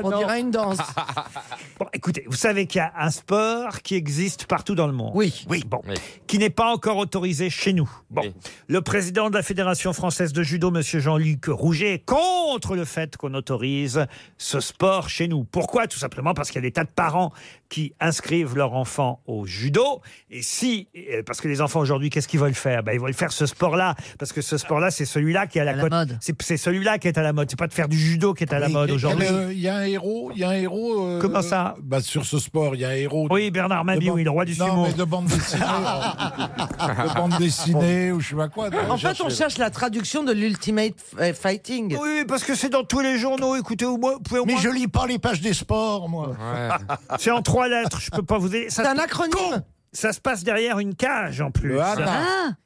On dirait une danse.
Ah, Bon, écoutez, vous savez qu'il y a un sport qui existe partout dans le monde.
Oui.
Oui, bon. Qui n'est pas encore autorisé chez nous. Bon. Le président de la Fédération française de judo, monsieur Jean-Luc Rouget, est contre le fait qu'on autorise ce sport chez nous. Pourquoi Tout simplement parce qu'il y a des tas de parents qui inscrivent leurs enfants au judo. Et si, euh, parce que les enfants aujourd'hui, qu'est-ce qu'ils veulent faire ben, Ils veulent faire ce sport-là. Parce que ce sport-là, c'est celui-là qui est à la, cote- C'est c'est celui-là qui est à la mode. C'est pas de faire du judo qui est à la
Eh
mode aujourd'hui.
ben,
Euh, Il y a un héros, il y a un héros. euh,
Comment ça
bah, Sur ce sport, il y a un héros.
Oui, Bernard Mabie,
De bande-
oui, le roi du
non,
sumo.
mais de bande dessinée. de bande dessinée ou je sais pas quoi. de-
En fait, on cherche la traduction de l'Ultimate euh, Fighting.
Oui, parce que c'est dans tous les journaux. Écoutez, au moins, vous pouvez au
Mais
moins-
je lis pas les pages des sports, moi.
C'est en trois lettres, je peux pas vous aider. Ça
C'est
se-
un acronyme.
Ça se passe derrière une cage en plus.
Ah,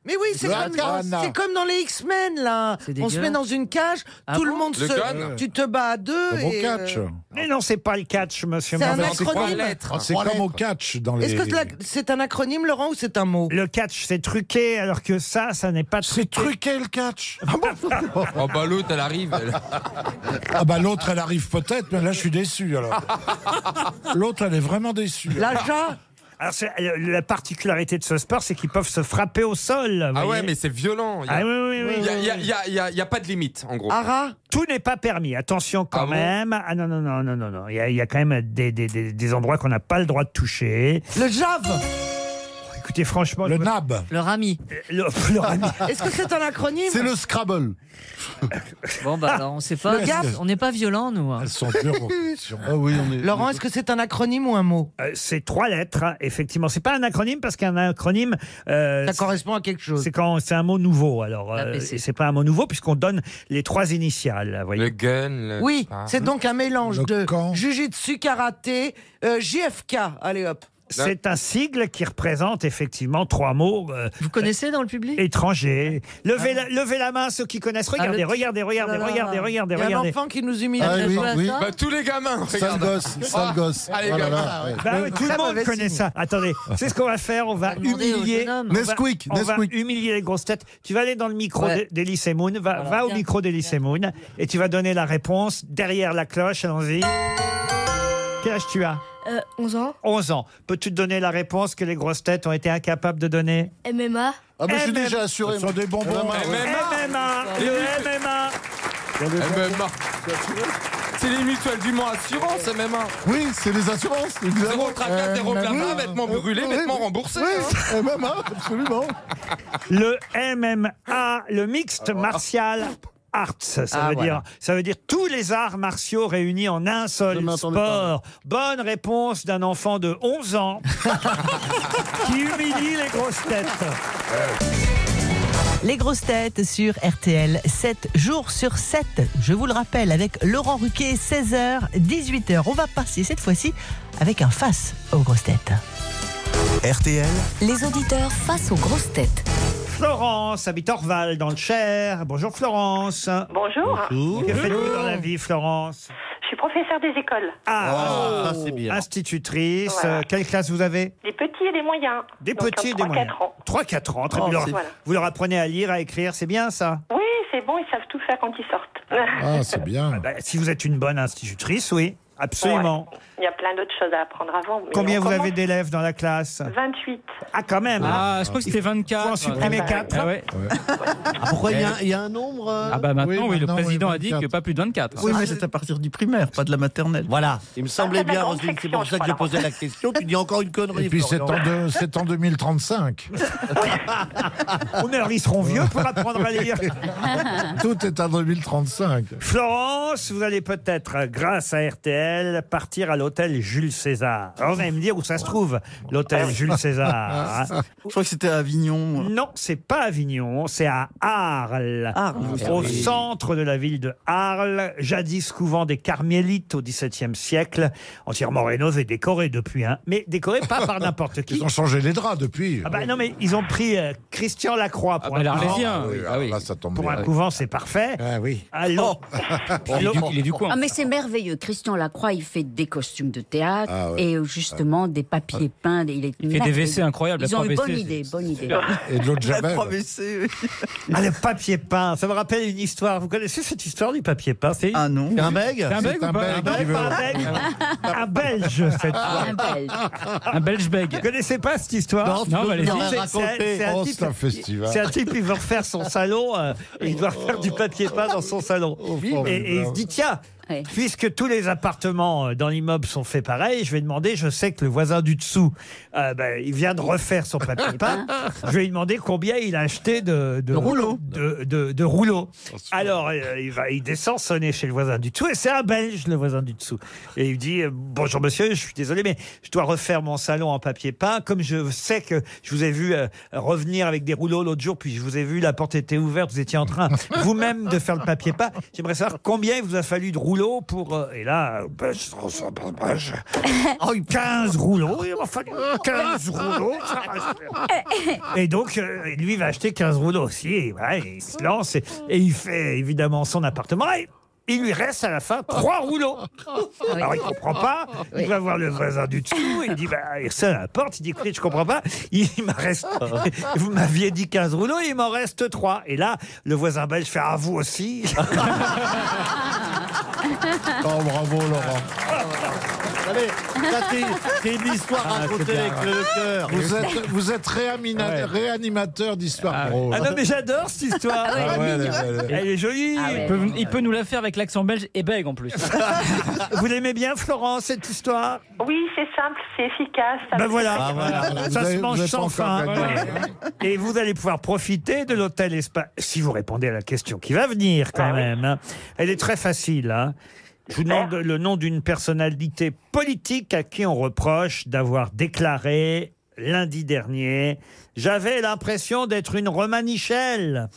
mais oui, c'est
Le
comme,
Ghana.
c'est comme dans les X-Men, là. On se
dégueulasse.
met dans une cage, tout le monde
Le
se.
Ghana.
Tu te bats à deux. et, euh,
Mais non, c'est pas le catch, monsieur.
C'est un
Mabie.
acronyme. C'est trois
Ah,
lettres.
Ah, C'est
Trois
comme au
lettres.
catch dans les.
Est-ce que la- c'est un acronyme, Laurent, ou c'est un mot
Le catch, c'est truqué, alors que ça, ça n'est pas Ah truqué.
Truquer le catch
Oh, bah l'autre, elle arrive. elle.
Ah bah l'autre elle arrive peut-être, mais là je suis déçu alors. L'autre elle est vraiment déçue.
L'agent
Alors, c'est- euh, la particularité de ce sport, c'est qu'ils peuvent se frapper au sol.
Ah
vous
ouais,
voyez.
mais c'est violent. Il y a-
Ah oui, oui, oui,
Il y a-
oui,
il y a-
oui.
il y a- il y a- il y a pas de limite, en gros.
Ara
Tout n'est pas permis, attention quand
Ah bon
même. ah non, non, non, non, non, non. Il y a, il y a quand même des, des- des- des endroits qu'on n'a pas le droit de toucher. Oh,
Le Jav
Écoutez, franchement.
Le nab.
Leur ami.
Le, le rami.
Est-ce que c'est un acronyme
C'est le Scrabble.
Bon, bah alors, on sait pas.
Le gaffe.
On n'est pas violents, nous. hein.
Elles sont dures.
Ah oui, on est.
Laurent, est-ce que c'est un acronyme ou un mot
Euh, c'est trois lettres, hein, effectivement. C'est pas un acronyme parce qu'un acronyme. euh,
Ça correspond à quelque chose.
C'est quand c'est un mot nouveau. Alors, euh,
ABC.
c'est pas un mot nouveau puisqu'on donne les trois initiales. vous voyez.
Le gun.
Euh,
le-
Oui,
Ah.
c'est donc un mélange de jujitsu, karaté, euh, JFK. Allez hop.
Hein
C'est un sigle qui représente effectivement trois mots euh,
Vous connaissez dans le public
étrangers. Levez, la, levez la main ceux qui connaissent. Regardez,
Ah, le-
regardez, regardez,
Oh là là.
regardez, regardez,
Il y a un
regardez.
enfant qui nous humilie.
Ah
Ça
oui,
joue à
oui.
ça
Bah, tous les gamins.
Sale
regarde.
gosse, sale
Ah,
gosse.
Allez,
Oh là
gamin.
là, ouais.
Bah oui, tout
Très
le monde
mauvais
connaît
signe.
ça. Ah. Attendez, c'est ce qu'on va faire. On va
demander au
humilier.
jeune homme.
on va-
Nesquik,
on va
Nesquik.
humilier les grosses têtes. Tu vas aller dans le micro
Ouais.
d'E- d'Elise et Moon. Va, va au micro d'Elise et Moon et tu vas donner la réponse derrière la cloche. Allons-y. Quel âge tu as
11 ans,
11 ans. Peux-tu te donner la réponse que les grosses têtes ont été incapables de donner
MMA.
Ah,
bah,
mais je suis
MM.
déjà assuré.
Ce sont des bonbons.
MMA, le MMA.
MMA. C'est les mutuelles du Mans Assurance, MMA.
Oui, c'est les assurances. évidemment.
Zéro tracas, zéro
Euh,
blabla,
oui,
vêtements
euh,
brûlés,
oui,
vêtements
oui.
remboursés, hein.
Oui, MMA, absolument.
Le MMA, le mixte martial arts, ça
Ah,
veut
voilà.
dire, ça veut dire tous les arts martiaux réunis en un
Je
seul
m'attendais pas,
sport. Bonne réponse d'un enfant de 11 ans qui humilie les grosses têtes.
Les grosses têtes sur RTL, 7 jours sur 7. Je vous le rappelle, avec Laurent Ruquier, 16h, 18h. On va passer cette fois-ci avec un face aux grosses têtes.
RTL. Les auditeurs face aux grosses têtes.
Florence habite Orval dans le Cher. Bonjour Florence.
Bonjour. Oh,
Que faites-vous dans la vie Florence
Je suis professeur des écoles.
Ah,
ça, c'est bien.
institutrice.
Voilà.
Euh, Quelle classe vous avez
Des petits et des moyens.
Des
Donc,
petits et des
trois,
moyens.
quatre ans.
3-4 ans. très
Oh,
bien. Vous leur-
c'est- Voilà.
Vous leur apprenez à lire, à écrire, c'est bien ça
Oui, c'est bon, ils savent tout faire quand ils sortent.
Ah c'est bien.
ben, Bah, Si vous êtes une bonne institutrice, oui. Absolument.
Ouais. Il y a plein d'autres choses à apprendre avant. mais
Combien
on
vous
commence-
avez d'élèves dans la classe
28.
Ah, quand même
Ah, je crois que c'était 24.
Faut en supprimer
Ah,
4.
ouais.
Pourquoi il y a- il y, a un nombre euh,
Ah bah maintenant, oui,
maintenant,
le président a dit
24.
que pas plus de 24.
Oui, mais c'est à partir du primaire, pas de la maternelle.
Voilà, il me semblait
Ah,
bien,
d'accord,
Roselyne, c'est
section,
pour ça que
je
j'ai
crois,
posé la question. Tu dis encore une connerie.
Et puis c'est
Florian.
en, deux- c'est en 2035.
Honneur, ils seront vieux pour apprendre à lire.
Tout est en 2035.
Florence, vous allez peut-être, euh, grâce à RTL, partir à l'hôtel Jules César. Alors, vous allez me dire où ça se trouve, l'hôtel Jules César. hein.
Ah Je crois que c'était à Avignon.
Non, c'est pas Avignon, c'est à Arles, au
Ah, oui.
centre de la ville de Arles, jadis couvent des Carmélites au XVIIe siècle, entièrement rénové, décoré depuis, hein, mais décoré pas par n'importe qui.
Ils ont changé les draps depuis.
Ah bah non mais ils ont pris euh, Christian Lacroix pour un couvent.
Là, ça tombe
Pour
bien.
un couvent, c'est parfait. Ah oui.
Oh.
Oh, Il est du- il est du coin.
Ah mais c'est merveilleux. Christian Lacroix, il fait des costumes de théâtre
Ah ouais.
et euh, justement des papiers peints. Il, est
fait des
merveilleux.
WC incroyables,
Ils
la
ont une
3BC,
bonne
c'est-
idée, bonne idée.
Et de l'eau de Javel.
Ah, le papier peint, ça me rappelle une histoire. Vous connaissez cette histoire du papier peint c'est... Ah non.
C'est un Bègue C'est un Bègue ou pas
Non,
Un Bègue
pas un Bègue. Un Belge, cette fois.
Un
Belge.
Un Belge Bègue. Vous connaissez pas cette
Non,
histoire
Non, vas-y.
C'est-
on va
c'est-
raconter.
c'est un
Oh,
type-
c'est un festival.
C'est un type, il veut refaire son salon, euh, et il doit faire du papier peint dans son salon.
Oh,
Et, et il se dit, tiens, puisque tous les appartements euh, dans l'immeuble sont faits pareil, je vais demander, je sais que le voisin du dessous, euh, ben, il vient de refaire son papier peint, je vais lui demander combien il a acheté de, de rouleaux. De, de- de rouleaux. Alors, euh, il, va, il descend sonner chez le voisin du dessous, et c'est un Belge, le voisin du dessous. Et il dit, euh, bonjour monsieur, je suis désolé, mais je dois refaire mon salon en papier peint, comme je sais que je vous ai vu euh, revenir avec des rouleaux l'autre jour, puis je vous ai vu, la porte était ouverte, vous étiez en train vous-même de faire le papier peint. J'aimerais savoir combien il vous a fallu de rouleaux pour... euh, et là, euh, ben, je- je- Oh, 15 rouleaux, il m'a fallu 15 rouleaux. ça va se faire. Et donc, euh, lui va acheter 15 rouleaux aussi. Et voilà, il se lance et, et il fait évidemment son appartement. Et il lui reste à la fin 3 rouleaux. Alors, il comprend pas. Il va voir le voisin du dessous. Il dit, bah, il sonne à la porte. Il dit, écoutez, je comprends pas. Il m'a reste. Vous m'aviez dit 15 rouleaux, il m'en reste 3. Et là, le voisin belge fait, à vous aussi.
Oh, bravo, Laurent.
Allez, ça, c'est- c'est une histoire
Ah,
racontée avec le cœur.
Vous êtes, vous êtes réamina-
Ouais.
réanimateur d'histoire drôle.
Ah non, mais j'adore cette histoire.
Ah ouais, Ah ouais, elle est elle est-
Elle est jolie.
Ah
Il peut, il peut nous la faire avec l'accent belge et bègue en plus.
Vous l'aimez bien, Florence, cette histoire
Oui, c'est simple, c'est efficace. ça
Ben
me-
voilà,
Ah,
voilà. Vous
ça
avez-
se
vous
mange
avez pas
sans hein.
encore
fin.
gagné.
Et vous allez pouvoir profiter de l'hôtel Espace. Si vous répondez à la question qui va venir quand même. hein. Elle est très facile. hein. Je vous demande le nom d'une personnalité politique à qui on reproche d'avoir déclaré lundi dernier « J'avais l'impression d'être une Romanichelle ».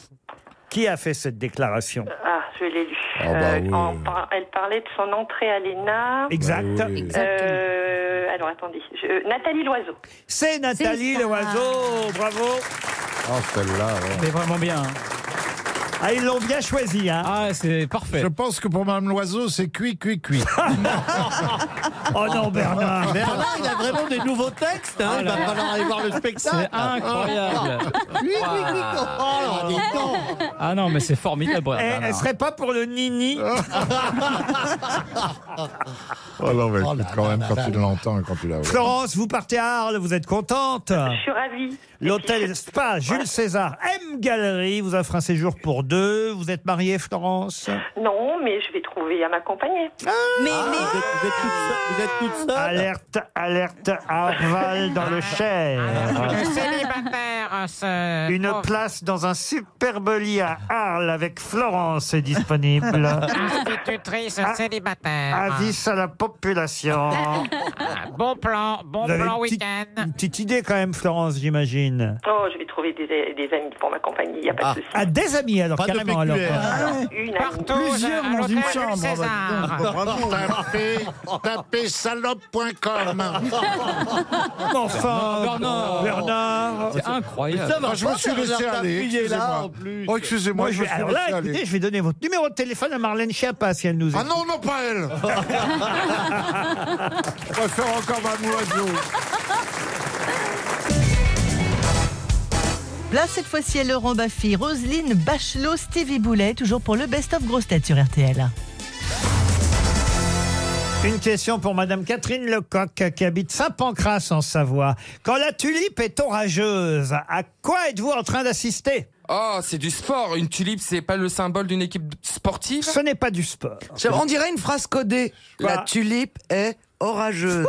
Qui a fait cette déclaration
Ah, je l'ai lu.
Ah bah
Euh,
oui.
en par- elle parlait de son entrée à l'ENA.
Exact. Bah oui.
Euh, alors attendez, je- euh, Nathalie Loiseau.
C'est Nathalie
ça.
Loiseau, bravo
Ah, celle-là, ouais.
C'est vraiment bien. hein.
Ah, ils l'ont bien choisi, hein
Ah, c'est parfait.
Je pense que pour Mme Loiseau, c'est cuit, cuit, cuit.
oh non, Bernard
Bernard, il a vraiment des nouveaux textes.
Ah
hein, il va falloir aller voir le spectacle.
C'est incroyable.
Oui, oui, oui. Oh, alors, dis donc.
Ah non, mais c'est formidable.
Eh,
Bernard.
elle serait pas pour le nini
Oh non, mais écoute, quand même, quand tu l'entends, et quand
Ah
tu la vois.
Florence, vous partez à Arles, vous êtes contente Je
suis ravie.
L'hôtel Spa Jules César M Galerie vous offre un séjour pour deux. Vous êtes mariée, Florence
Non, mais je vais trouver à m'accompagner.
mais, Ah, vous êtes toute seule Alerte, alerte à Orval dans le Cher.
Ah,
Une place dans un superbe lit à Arles avec Florence est disponible.
Ah. Institutrice célibataire.
Avis à la population.
Ah,
Bon plan, bon
Vous avez
plan
une petite-
week-end.
Une petite idée quand même, Florence, j'imagine.
Oh, je vais trouver des, des amis pour m'accompagner, il n'y a pas de souci.
Ah, des amis alors,
Pas de
carrément.
PQR.
Alors,
Ah ouais. Une amie.
Plusieurs dans une chambre.
Tapez, tapez salope.com.
Mais enfin,
Bernard.
Bernard.
C'est incroyable.
Ça va Ah, je me pas, suis Bernard, laissé t'as aller, appuyé là, excusez-moi. en plus. Oh, excusez-moi,
Moi,
je
je
me
vais-
suis
alors
laissé
là,
aller.
écoutez, je vais donner votre numéro de téléphone à Marlène Schiappa si elle nous
Ah
écoute.
non, non, pas elle. Je préfère encore Mme Loiseau.
Place cette fois-ci à Laurent Baffy, Roselyne Bachelot, Stevie Boulet, toujours pour le Best of Grosse Tête sur RTL.
Une question pour Madame Catherine Lecoq qui habite Saint-Pancras en Savoie. Quand la tulipe est orageuse, à quoi êtes-vous en train d'assister
Oh, c'est du sport. Une tulipe, c'est pas le symbole d'une équipe sportive
Ce n'est pas du sport.
Ça- On dirait une phrase codée. La tulipe est orageuse.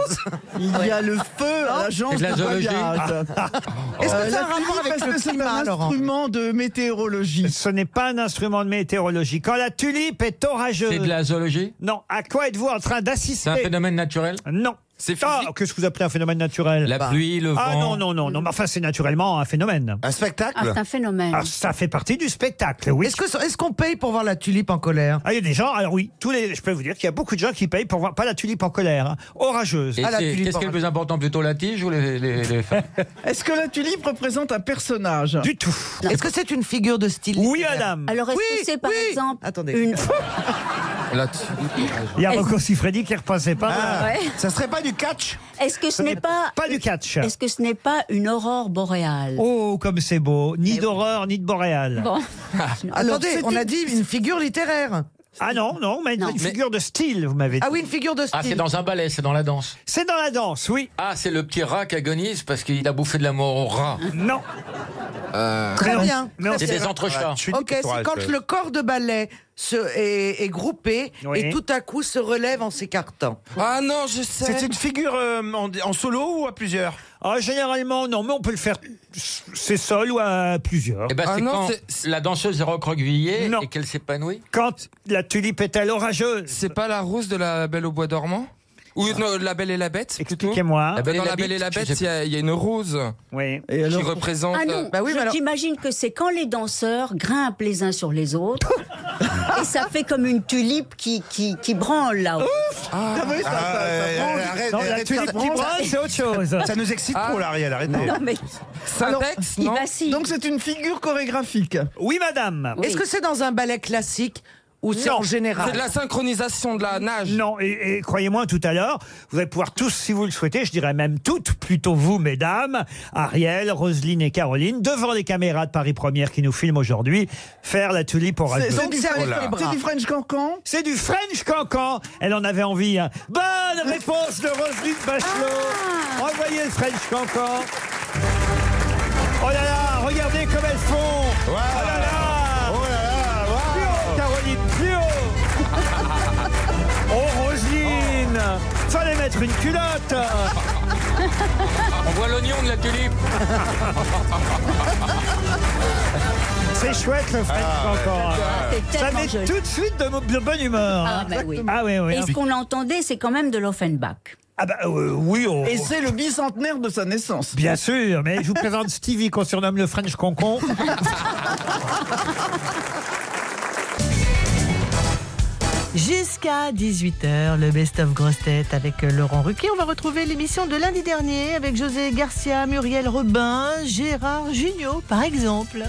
Il y a le feu à l'agence
Et de la
de
zoologie.
voyage.
Est-ce que
Euh,
ça a
la
un rapport
tulipe,
avec
est-ce
le
que c'est
climat,
un
Laurent
instrument de météorologie.
Ce n'est pas un instrument de météorologie. Quand la tulipe est orageuse.
C'est de la zoologie
Non. À quoi êtes-vous en train d'assister
C'est un phénomène naturel
Non.
C'est
Ah, qu'est-ce que vous appelez un phénomène naturel
La pluie, le
Ah
vent.
non, non, non, non. Mais enfin, c'est naturellement un phénomène.
Un spectacle
Ah, c'est un phénomène.
Ça fait partie du spectacle, oui.
Est-ce que- est-ce qu'on paye pour voir la tulipe en colère
Ah, il y a des gens, alors oui, tous les, je peux vous dire qu'il y a beaucoup de gens qui payent pour voir, pas la tulipe en colère, hein, orageuse.
Et
Ah,
c'est- Qu'est-ce qui est le plus important plutôt la tige ou les, les, les femmes
Est-ce que la tulipe représente un personnage
Du tout.
Est-ce que c'est une figure de style
Oui, madame.
Alors, est-ce que c'est par exemple une.
Il y a Rocco Siffredi qui repassait pas.
Ah, ouais.
Ça serait pas du catch
Est-ce que ce n'est pas.
Pas du catch.
Est-ce que ce n'est pas une aurore boréale
Oh, comme c'est beau.
Eh
Ni d'horreur, ni de boréal.
Bon.
Ah, Attendez, on a dit une figure littéraire.
Ah non, non, mais une figure de style, vous m'avez dit.
Ah oui, une figure de style.
Ah, c'est dans un ballet, c'est dans la danse.
C'est dans la danse, oui.
Ah, c'est le petit rat qui agonise parce qu'il a bouffé de la mort au rat.
Non.
Euh,
Très bien.
C'est des
Ah,
entrechats.
Ok, c'est quand le corps de ballet se, est, est groupé
Oui.
et tout à coup se relève en s'écartant.
Ah non, je sais.
C'est une
figure en, solo ou à plusieurs Ah, Généralement, non, mais on peut le faire. C'est seul ou à plusieurs.
Eh
Ah,
ben, c'est quand la danseuse est recroquevillée et qu'elle s'épanouit.
Quand la tulipe est-elle orageuse
C'est pas la rose de la Belle au bois dormant Ou non, la Belle et la Bête plutôt
Expliquez-moi.
Eh ben,
Dans la Belle et la Bête, il y, a- il y a une rose
oui.
qui représente.
Ah non,
Bah
euh,
je- j'imagine que c'est quand les danseurs grimpent les uns sur les autres et ça fait comme une tulipe qui, qui, qui branle là-haut.
Ah, oui, ça- ça- ça
euh,
branle.
Non, la tulipe qui branle, c'est autre chose.
Ça nous excite trop, là, Ariel, arrêtez.
Non, mais
Alors,
il vacille.
Donc c'est une figure chorégraphique.
Oui, madame.
Est-ce que c'est dans un ballet classique ou c'est
Non.
en général
C'est de la synchronisation de la nage.
Non, et, et croyez-moi, tout à l'heure, vous allez pouvoir tous, si vous le souhaitez, je dirais même toutes, plutôt vous, mesdames, Ariel, Roselyne et Caroline, devant les caméras de Paris Première qui nous filment aujourd'hui, faire la tulipe
C'est
orageuse.
donc c'est avec les bras. C'est du French cancan
C'est du French cancan. Elle en avait envie. hein. Bonne réponse de Roselyne Bachelot.
Ah.
Envoyez le French cancan. Oh là là, regardez comme elles font. Oh là là. Oh là là. Caroline, plus haut. Oh Roselyne. Fallait mettre une culotte.
Ah, On voit l'oignon de la tulipe.
C'est chouette le French
Ah, ouais.
cancan. hein.
Ah,
c'est
Ça
tellement
met
joli.
tout de suite de, mo- de bonne humeur.
Ah,
hein.
bah oui.
Ah oui, oui.
Et ce qu'on entendait, c'est quand même de l'Offenbach.
Ah bah euh, oui, on-
Et c'est le bicentenaire de sa naissance.
Bien sûr, mais je vous présente Stevie qu'on surnomme le French Concon.
Jusqu'à 18h, le best-of grosse tête avec Laurent Ruquier. On va retrouver l'émission de lundi dernier avec José Garcia, Muriel Robin, Gérard Jugnot, par exemple.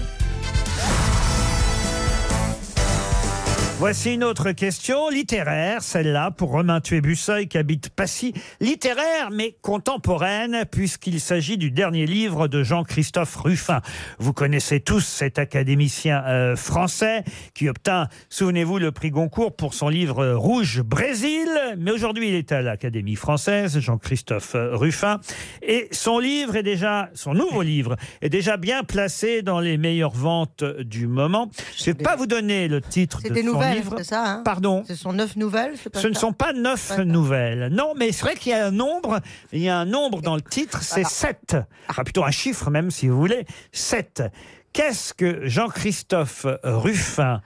Voici une autre question littéraire, celle-là pour Romain Tuébusseuil qui habite Passy. Littéraire mais contemporaine puisqu'il s'agit du dernier livre de Jean-Christophe Ruffin. Vous connaissez tous cet académicien euh, français qui obtint, souvenez-vous, le prix Goncourt pour son livre euh, Rouge Brésil. Mais aujourd'hui, il est à l'Académie française, Jean-Christophe euh, Ruffin. Et son livre est déjà, son nouveau livre est déjà bien placé dans les meilleures ventes du moment. Je ne vais pas vous donner le titre
C'est
de
des
son
nouvelles,
livre.
c'est ça hein
Pardon.
Ce sont neuf nouvelles c'est
Ce ne
ça
sont pas neuf
Ouais.
nouvelles. Non, mais c'est vrai qu'il y a un nombre. Il y a un nombre dans le titre, c'est sept. Enfin, plutôt un chiffre même, si vous voulez. Sept. Qu'est-ce que Jean-Christophe Ruffin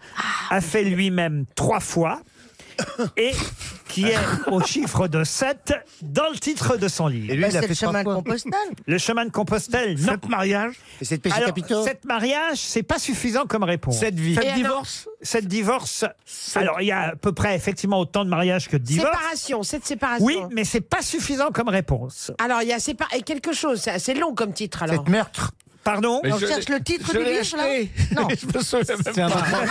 a fait lui-même trois fois et qui est au chiffre de 7 dans le titre de son livre.
Bah, C'est le chemin de Compostelle.
Le chemin de Compostelle, non. Sept mariages
Et sept péchés
Alors,
capitaux.
Sept mariages, c'est pas suffisant comme réponse.
Sept vies.
Sept Et alors divorces
Sept divorces. Alors, il y a à peu près effectivement autant de mariages que de divorces.
Séparation, cette séparation.
Oui, mais c'est pas suffisant comme réponse.
Alors, il y a sépar- et quelque chose, c'est assez long comme titre alors.
meurtre.
Pardon
On cherche le titre
je
du
l'ai
livre là
acheté.
Non.
Je me souviens même C'est un pas. endroit.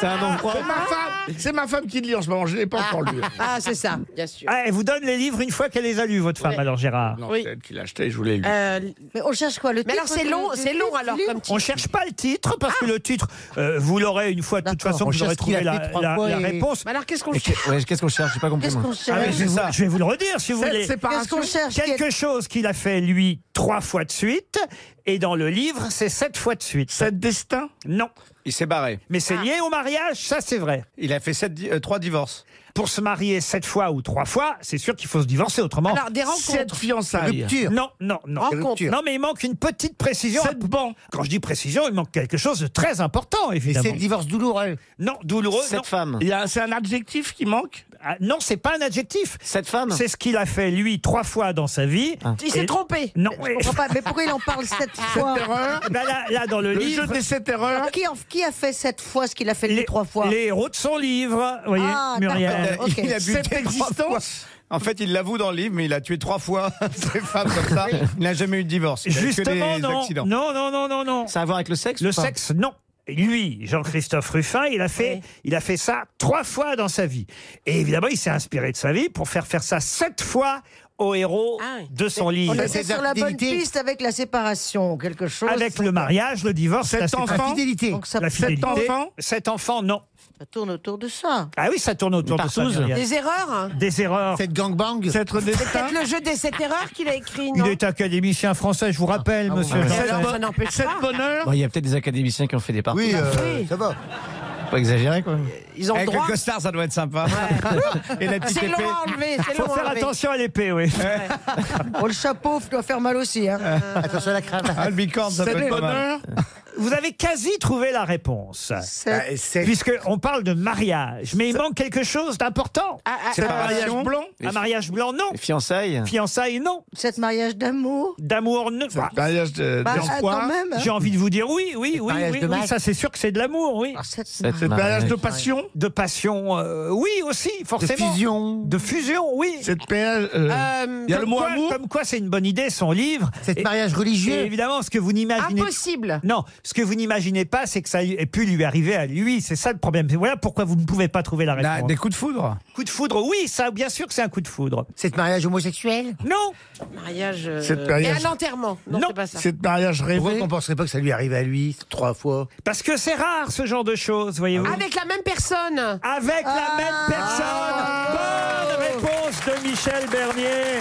C'est un
Ah,
endroit.
C'est ma femme, c'est ma femme qui le lit en ce moment, je ne l'ai pas encore lu.
Ah, c'est ça, bien sûr.
Ah, elle vous donne les livres une fois qu'elle les a lus, votre femme,
Ouais.
alors Gérard Ah,
Non, c'est elle qui l'a acheté, je voulais lui.
Mais on cherche quoi le
Euh, Mais alors,
titre
c'est
du-
long,
du
c'est long,
livre,
alors,
du
comme Ah
livre
On cherche pas le titre parce que le titre, euh, vous l'aurez une fois de toute façon,
on
vous
cherche
aurez
ce qu'il
trouvé
a
la,
fait trois
la-
fois
la
et-
réponse.
Mais alors, qu'est-ce qu'on
Et que- ouais, Qu'est-ce qu'on cherche J'ai pas compris.
Qu'est-ce
moi.
qu'on cherche Ah oui, c'est ça. Je vais vous le redire si vous
Cette
voulez.
séparation. Qu'est-ce qu'on cherche
Quelque chose qu'il a fait lui trois fois de suite et dans le livre c'est sept fois de suite. Sept destins Non.
Il s'est barré.
Mais c'est lié au mariage, ça c'est vrai.
Il a fait sept di- euh, trois divorces.
Pour se marier sept fois ou trois fois, c'est sûr qu'il faut se divorcer autrement.
Alors, des rencontres. Sept fiançailles. Rupture.
Non, non, non.
Rencontres. Rupture.
Non, mais il manque une petite précision. Sept bons. Quand je dis précision, il manque quelque chose de très important, évidemment.
c'est divorce douloureux.
Non, douloureux.
Sept
non.
femmes.
Il y a- C'est un adjectif qui manque Ah, Non, c'est pas un adjectif.
Cette femme Ah.
C'est ce qu'il a fait, lui, trois fois dans sa vie.
Il s'est
Et-
trompé.
Non.
Je comprends pas. Mais pourquoi il en parle sept fois Eh ben
Bah là, là, dans le, livre.
Alors, Qui, en- qui a fait sept fois ce qu'il a fait lui trois fois
Les héros de son livre, vous voyez,
Ah,
Muriel.
d'accord, ok.
Il a bu
Cette
existence. En fait, il l'avoue dans le livre, mais il a tué trois fois ses femmes comme ça. Il n'a jamais eu de divorce. Il a eu
Justement,
que des
non.
accidents.
Non, non, non, non, non.
Ça a à voir avec le sexe
Le
ou pas
sexe, non. Lui, Jean-Christophe Ruffin, il a, fait, il a fait ça trois fois dans sa vie. Et évidemment, il s'est inspiré de sa vie pour faire faire ça sept fois au héros de son livre.
Ah On était sur la bonne piste avec la séparation, quelque chose.
Avec le mariage, le divorce,
Cet
la séparation.
enfant. La fidélité. Donc ça-
La
Cet
fidélité.
enfant.
Cet enfant, non.
Ça tourne autour de ça.
Ah oui, ça tourne autour de ça. Muriel.
Des erreurs hein.
Des erreurs. Cette gangbang. Cette
C'est peut-être le jeu des sept erreurs qu'il a écrit,
Hein Il
non Ah,
est académicien français, je vous
Ah
rappelle, monsieur.
bah,
Janssen.
Alors, ça n'empêche pas. Ah, bah
Bon, Il y a peut-être des académiciens qui ont fait des parcours.
Oui, euh,
Oui.
ça va.
Pas exagéré, quoi.
Ils ont
Avec
le droit.
le costard, ça doit être sympa. Et la petite
C'est
épée.
Laurent enlevé, c'est
Faut
Laurent
faire
enlevé.
attention à l'épée, oui.
Oh, le chapeau doit faire mal aussi. Hein.
Euh, Attention à la cravate. Ah, le bicorne, ça peut être pas mal.
Vous avez quasi trouvé la réponse. Puisque on parle de mariage, mais il manque quelque chose d'important.
C'est pas un mariage
blanc Un mariage blanc, non.
Fiançailles
Fiançailles, non.
Cette mariage d'amour.
D'amour, non. Bah,
Mariage de.
Bah, euh, quand même. hein.
J'ai envie de vous dire oui, oui, oui,
mariage
oui,
de
oui,
masse.
ça c'est sûr que Ah, c'est de l'amour, oui.
cette
mariage. mariage de
passion De passion, euh, oui aussi, forcément.
fusion.
De fusion, oui.
Cette période.
Euh,
Il y a
Comme
le mot
quoi-
amour.
Comme quoi c'est une bonne idée, son livre.
Cet
Et-
mariage religieux.
et évidemment, ce que vous n'imaginez
Impossible.
Non, ce que vous n'imaginez pas, c'est que ça ait pu lui arriver à lui. C'est ça le problème. Et Voilà pourquoi vous ne pouvez pas trouver la
Là,
réponse.
des coups de foudre.
Coup de foudre, oui, ça, bien sûr que c'est un coup de foudre.
Cet mariage homosexuel.
Non,
Mariage. euh,
Cette période-
Et à l'enterrement. Non,
Non,
c'est pas ça.
Cette mariage rêvé. Pourquoi on penserait pas que ça lui arrive à lui trois fois Ah
parce que c'est rare ce genre de choses, voyez-vous.
Avec la même personne. Ah.
Avec la même personne. Bonne Ah, réponse de Michel Bernier.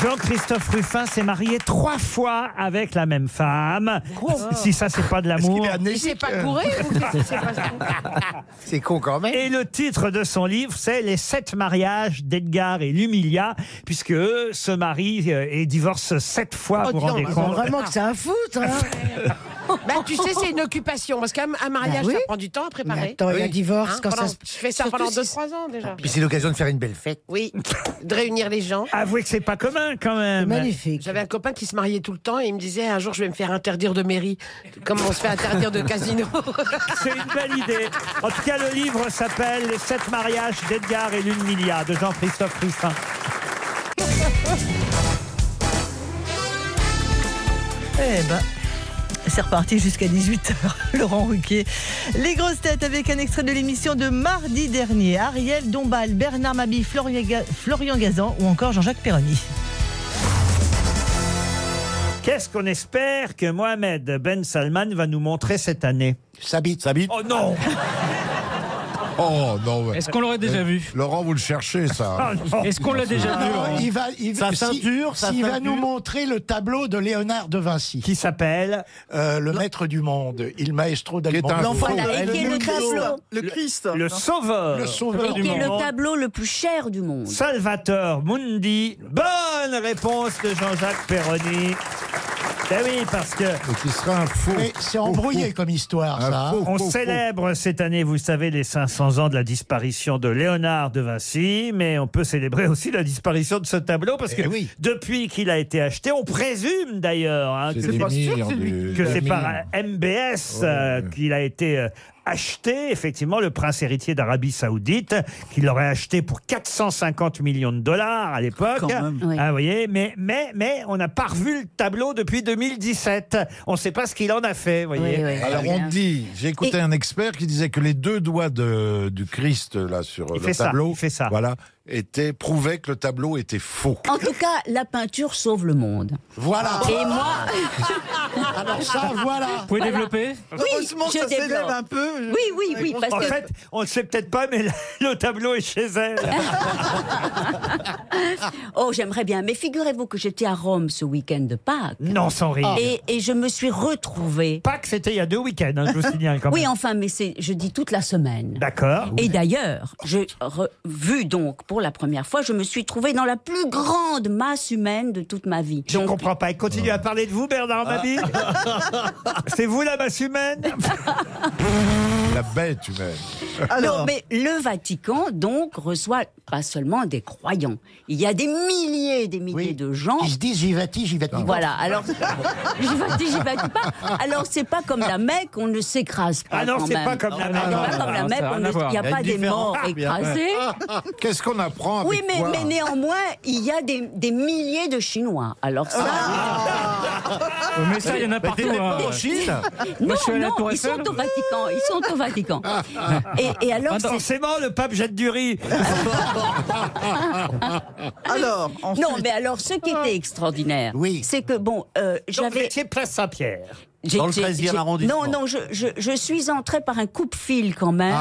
Jean-Christophe Ruffin s'est marié trois fois avec la même femme. Si ça, c'est pas de l'amour.
Il s'est pas couru
euh,
ou qu'est-ce qui s'est passé
C'est con quand même.
Et le titre de son livre, c'est Les sept mariages d'Edgar et Lumilia, puisque eux se marient euh, et divorcent sept fois,
Oh,
vous
dis
vous rendez
donc, ils ont
compte
vraiment que c'est un foot. Hein.
Bah, tu sais, c'est une occupation. Parce qu'un un mariage,
Bah oui.
ça prend du temps à préparer. Hein,
Mais attends, il y a divorce, quand ça
pendant-
se-
Je fais ça
surtout
pendant
si-
2-3 ans déjà.
Puis c'est l'occasion de faire une belle fête.
Oui, de réunir les gens.
Avouez que c'est pas commun, quand même.
Magnifique.
J'avais un copain qui se mariait tout le temps et il me disait un jour je vais me faire interdire de mairie, comme on se fait interdire de casino.
C'est une belle idée. En tout cas, le livre s'appelle Les sept mariages d'Edgar et Lumilia, de Jean-Christophe Ruffin.
Eh ben. C'est reparti jusqu'à 18h, Laurent Ruquier. Les grosses têtes avec un extrait de l'émission de mardi dernier. Ariel Dombal, Bernard Mabi, Florian, Ga- Florian Gazan ou encore Jean-Jacques Perroni.
Qu'est-ce qu'on espère que Mohamed Ben Salman va nous montrer cette année
Sabit.
Sabit. Oh non
Oh non, mais-
Est-ce qu'on l'aurait déjà vu
Laurent, vous le cherchez,
Ah,
ça.
Est-ce qu'on l'a déjà vu
Ah, Non,
Laurent
il va, il,
Sa
si-
ceinture, sa
s'il va
ceinture.
nous montrer le tableau de Léonard de Vinci,
Qui s'appelle
euh, le maître du monde, il maestro d'Albon.
Qui est un
L'enfant
faux.
de
Voilà, et qui est le tableau.
Le Christ.
Le Sauveur.
le sauveur
Qui est le tableau le plus cher du monde.
Salvatore Mundi. Bonne réponse de Jean-Jacques Perroni. Ben oui, parce que
Et qui serait un faux.
Mais c'est
Faux,
embrouillé
faux.
comme histoire,
Un
ça. hein.
faux,
on
faux, faux.
célèbre cette année, vous savez, les 500 ans de la disparition de Léonard de Vinci, mais on peut célébrer aussi la disparition de ce tableau parce que
Eh oui.
depuis qu'il a été acheté, on présume d'ailleurs hein, que
C'est pas sûr que c'est lui.
que c'est par euh, MBS euh, qu'il a été euh, acheté effectivement le prince héritier d'Arabie Saoudite, qui l'aurait acheté pour 450 millions de dollars à l'époque. Ah, vous voyez, mais, mais, mais on n'a pas revu le tableau depuis 2017. On ne sait pas ce qu'il en a fait, vous voyez.
Alors on dit, j'ai écouté un expert qui disait que les deux doigts de- du Christ là sur
Il
le
fait ça,
tableau,
il fait ça.
voilà, étaient prouvaient que le tableau était faux.
En tout cas, la peinture sauve le monde.
Voilà.
Et moi.
Alors ça, voilà.
Vous pouvez Voilà. développer
Oui,
Heureusement que
je
ça s'élève
développe.
un peu.
Oui, oui, oui, parce
en
que-
fait, on ne sait peut-être pas, mais le tableau est chez elle.
Oh, j'aimerais bien. Mais figurez-vous que j'étais à Rome ce week-end de Pâques.
Non, sans rire.
Et, et je me suis retrouvée.
Pâques, c'était il y a deux week-ends, hein, je vous signale quand
oui,
même. Ah
enfin, mais c'est, je dis toute la semaine.
D'accord.
Et d'ailleurs, j'ai revu donc pour la première fois, je me suis trouvée dans la plus grande masse humaine de toute ma vie.
Je ne comprends pas. Il continue à parler de vous, Bernard
Ah.
Mabille. C'est vous la masse humaine
La bête humaine.
Non, mais le Vatican, donc, reçoit pas seulement des croyants. Il y a des milliers et des milliers de gens. Ils se
disent j'y vais, j'y vais.
Voilà, alors. j'y vais, j'y vais pas. Alors, c'est pas comme la Mecque, on ne s'écrase pas.
Ah non,
quand
c'est
même.
pas comme la
C'est
Mecque.
pas
Non, non,
comme la
non,
Mecque,
ça a
on
rien
ne-
à voir.
il n'y a
Il y a hein.
pas
une
des morts
différence.
écrasés.
Qu'est-ce qu'on apprend avec
Oui, mais,
toi
mais néanmoins, il y a des, des milliers de Chinois. Alors ça.
Oh, Mais ça, il y en a partout. hein.
Non,
Moi, je suis allé à la
non,
Tour
ils
Eiffel.
sont au Vatican. Ils sont au Vatican. Et, et alors, c'est-
forcément, le pape Jette du riz.
Alors, non, mais alors, ce qui était extraordinaire, c'est que bon, euh, j'avais.
C'est place Saint-Pierre.
J'étais- j'ai- Non, non, je, je, je suis entrée par un coupe-fil quand même.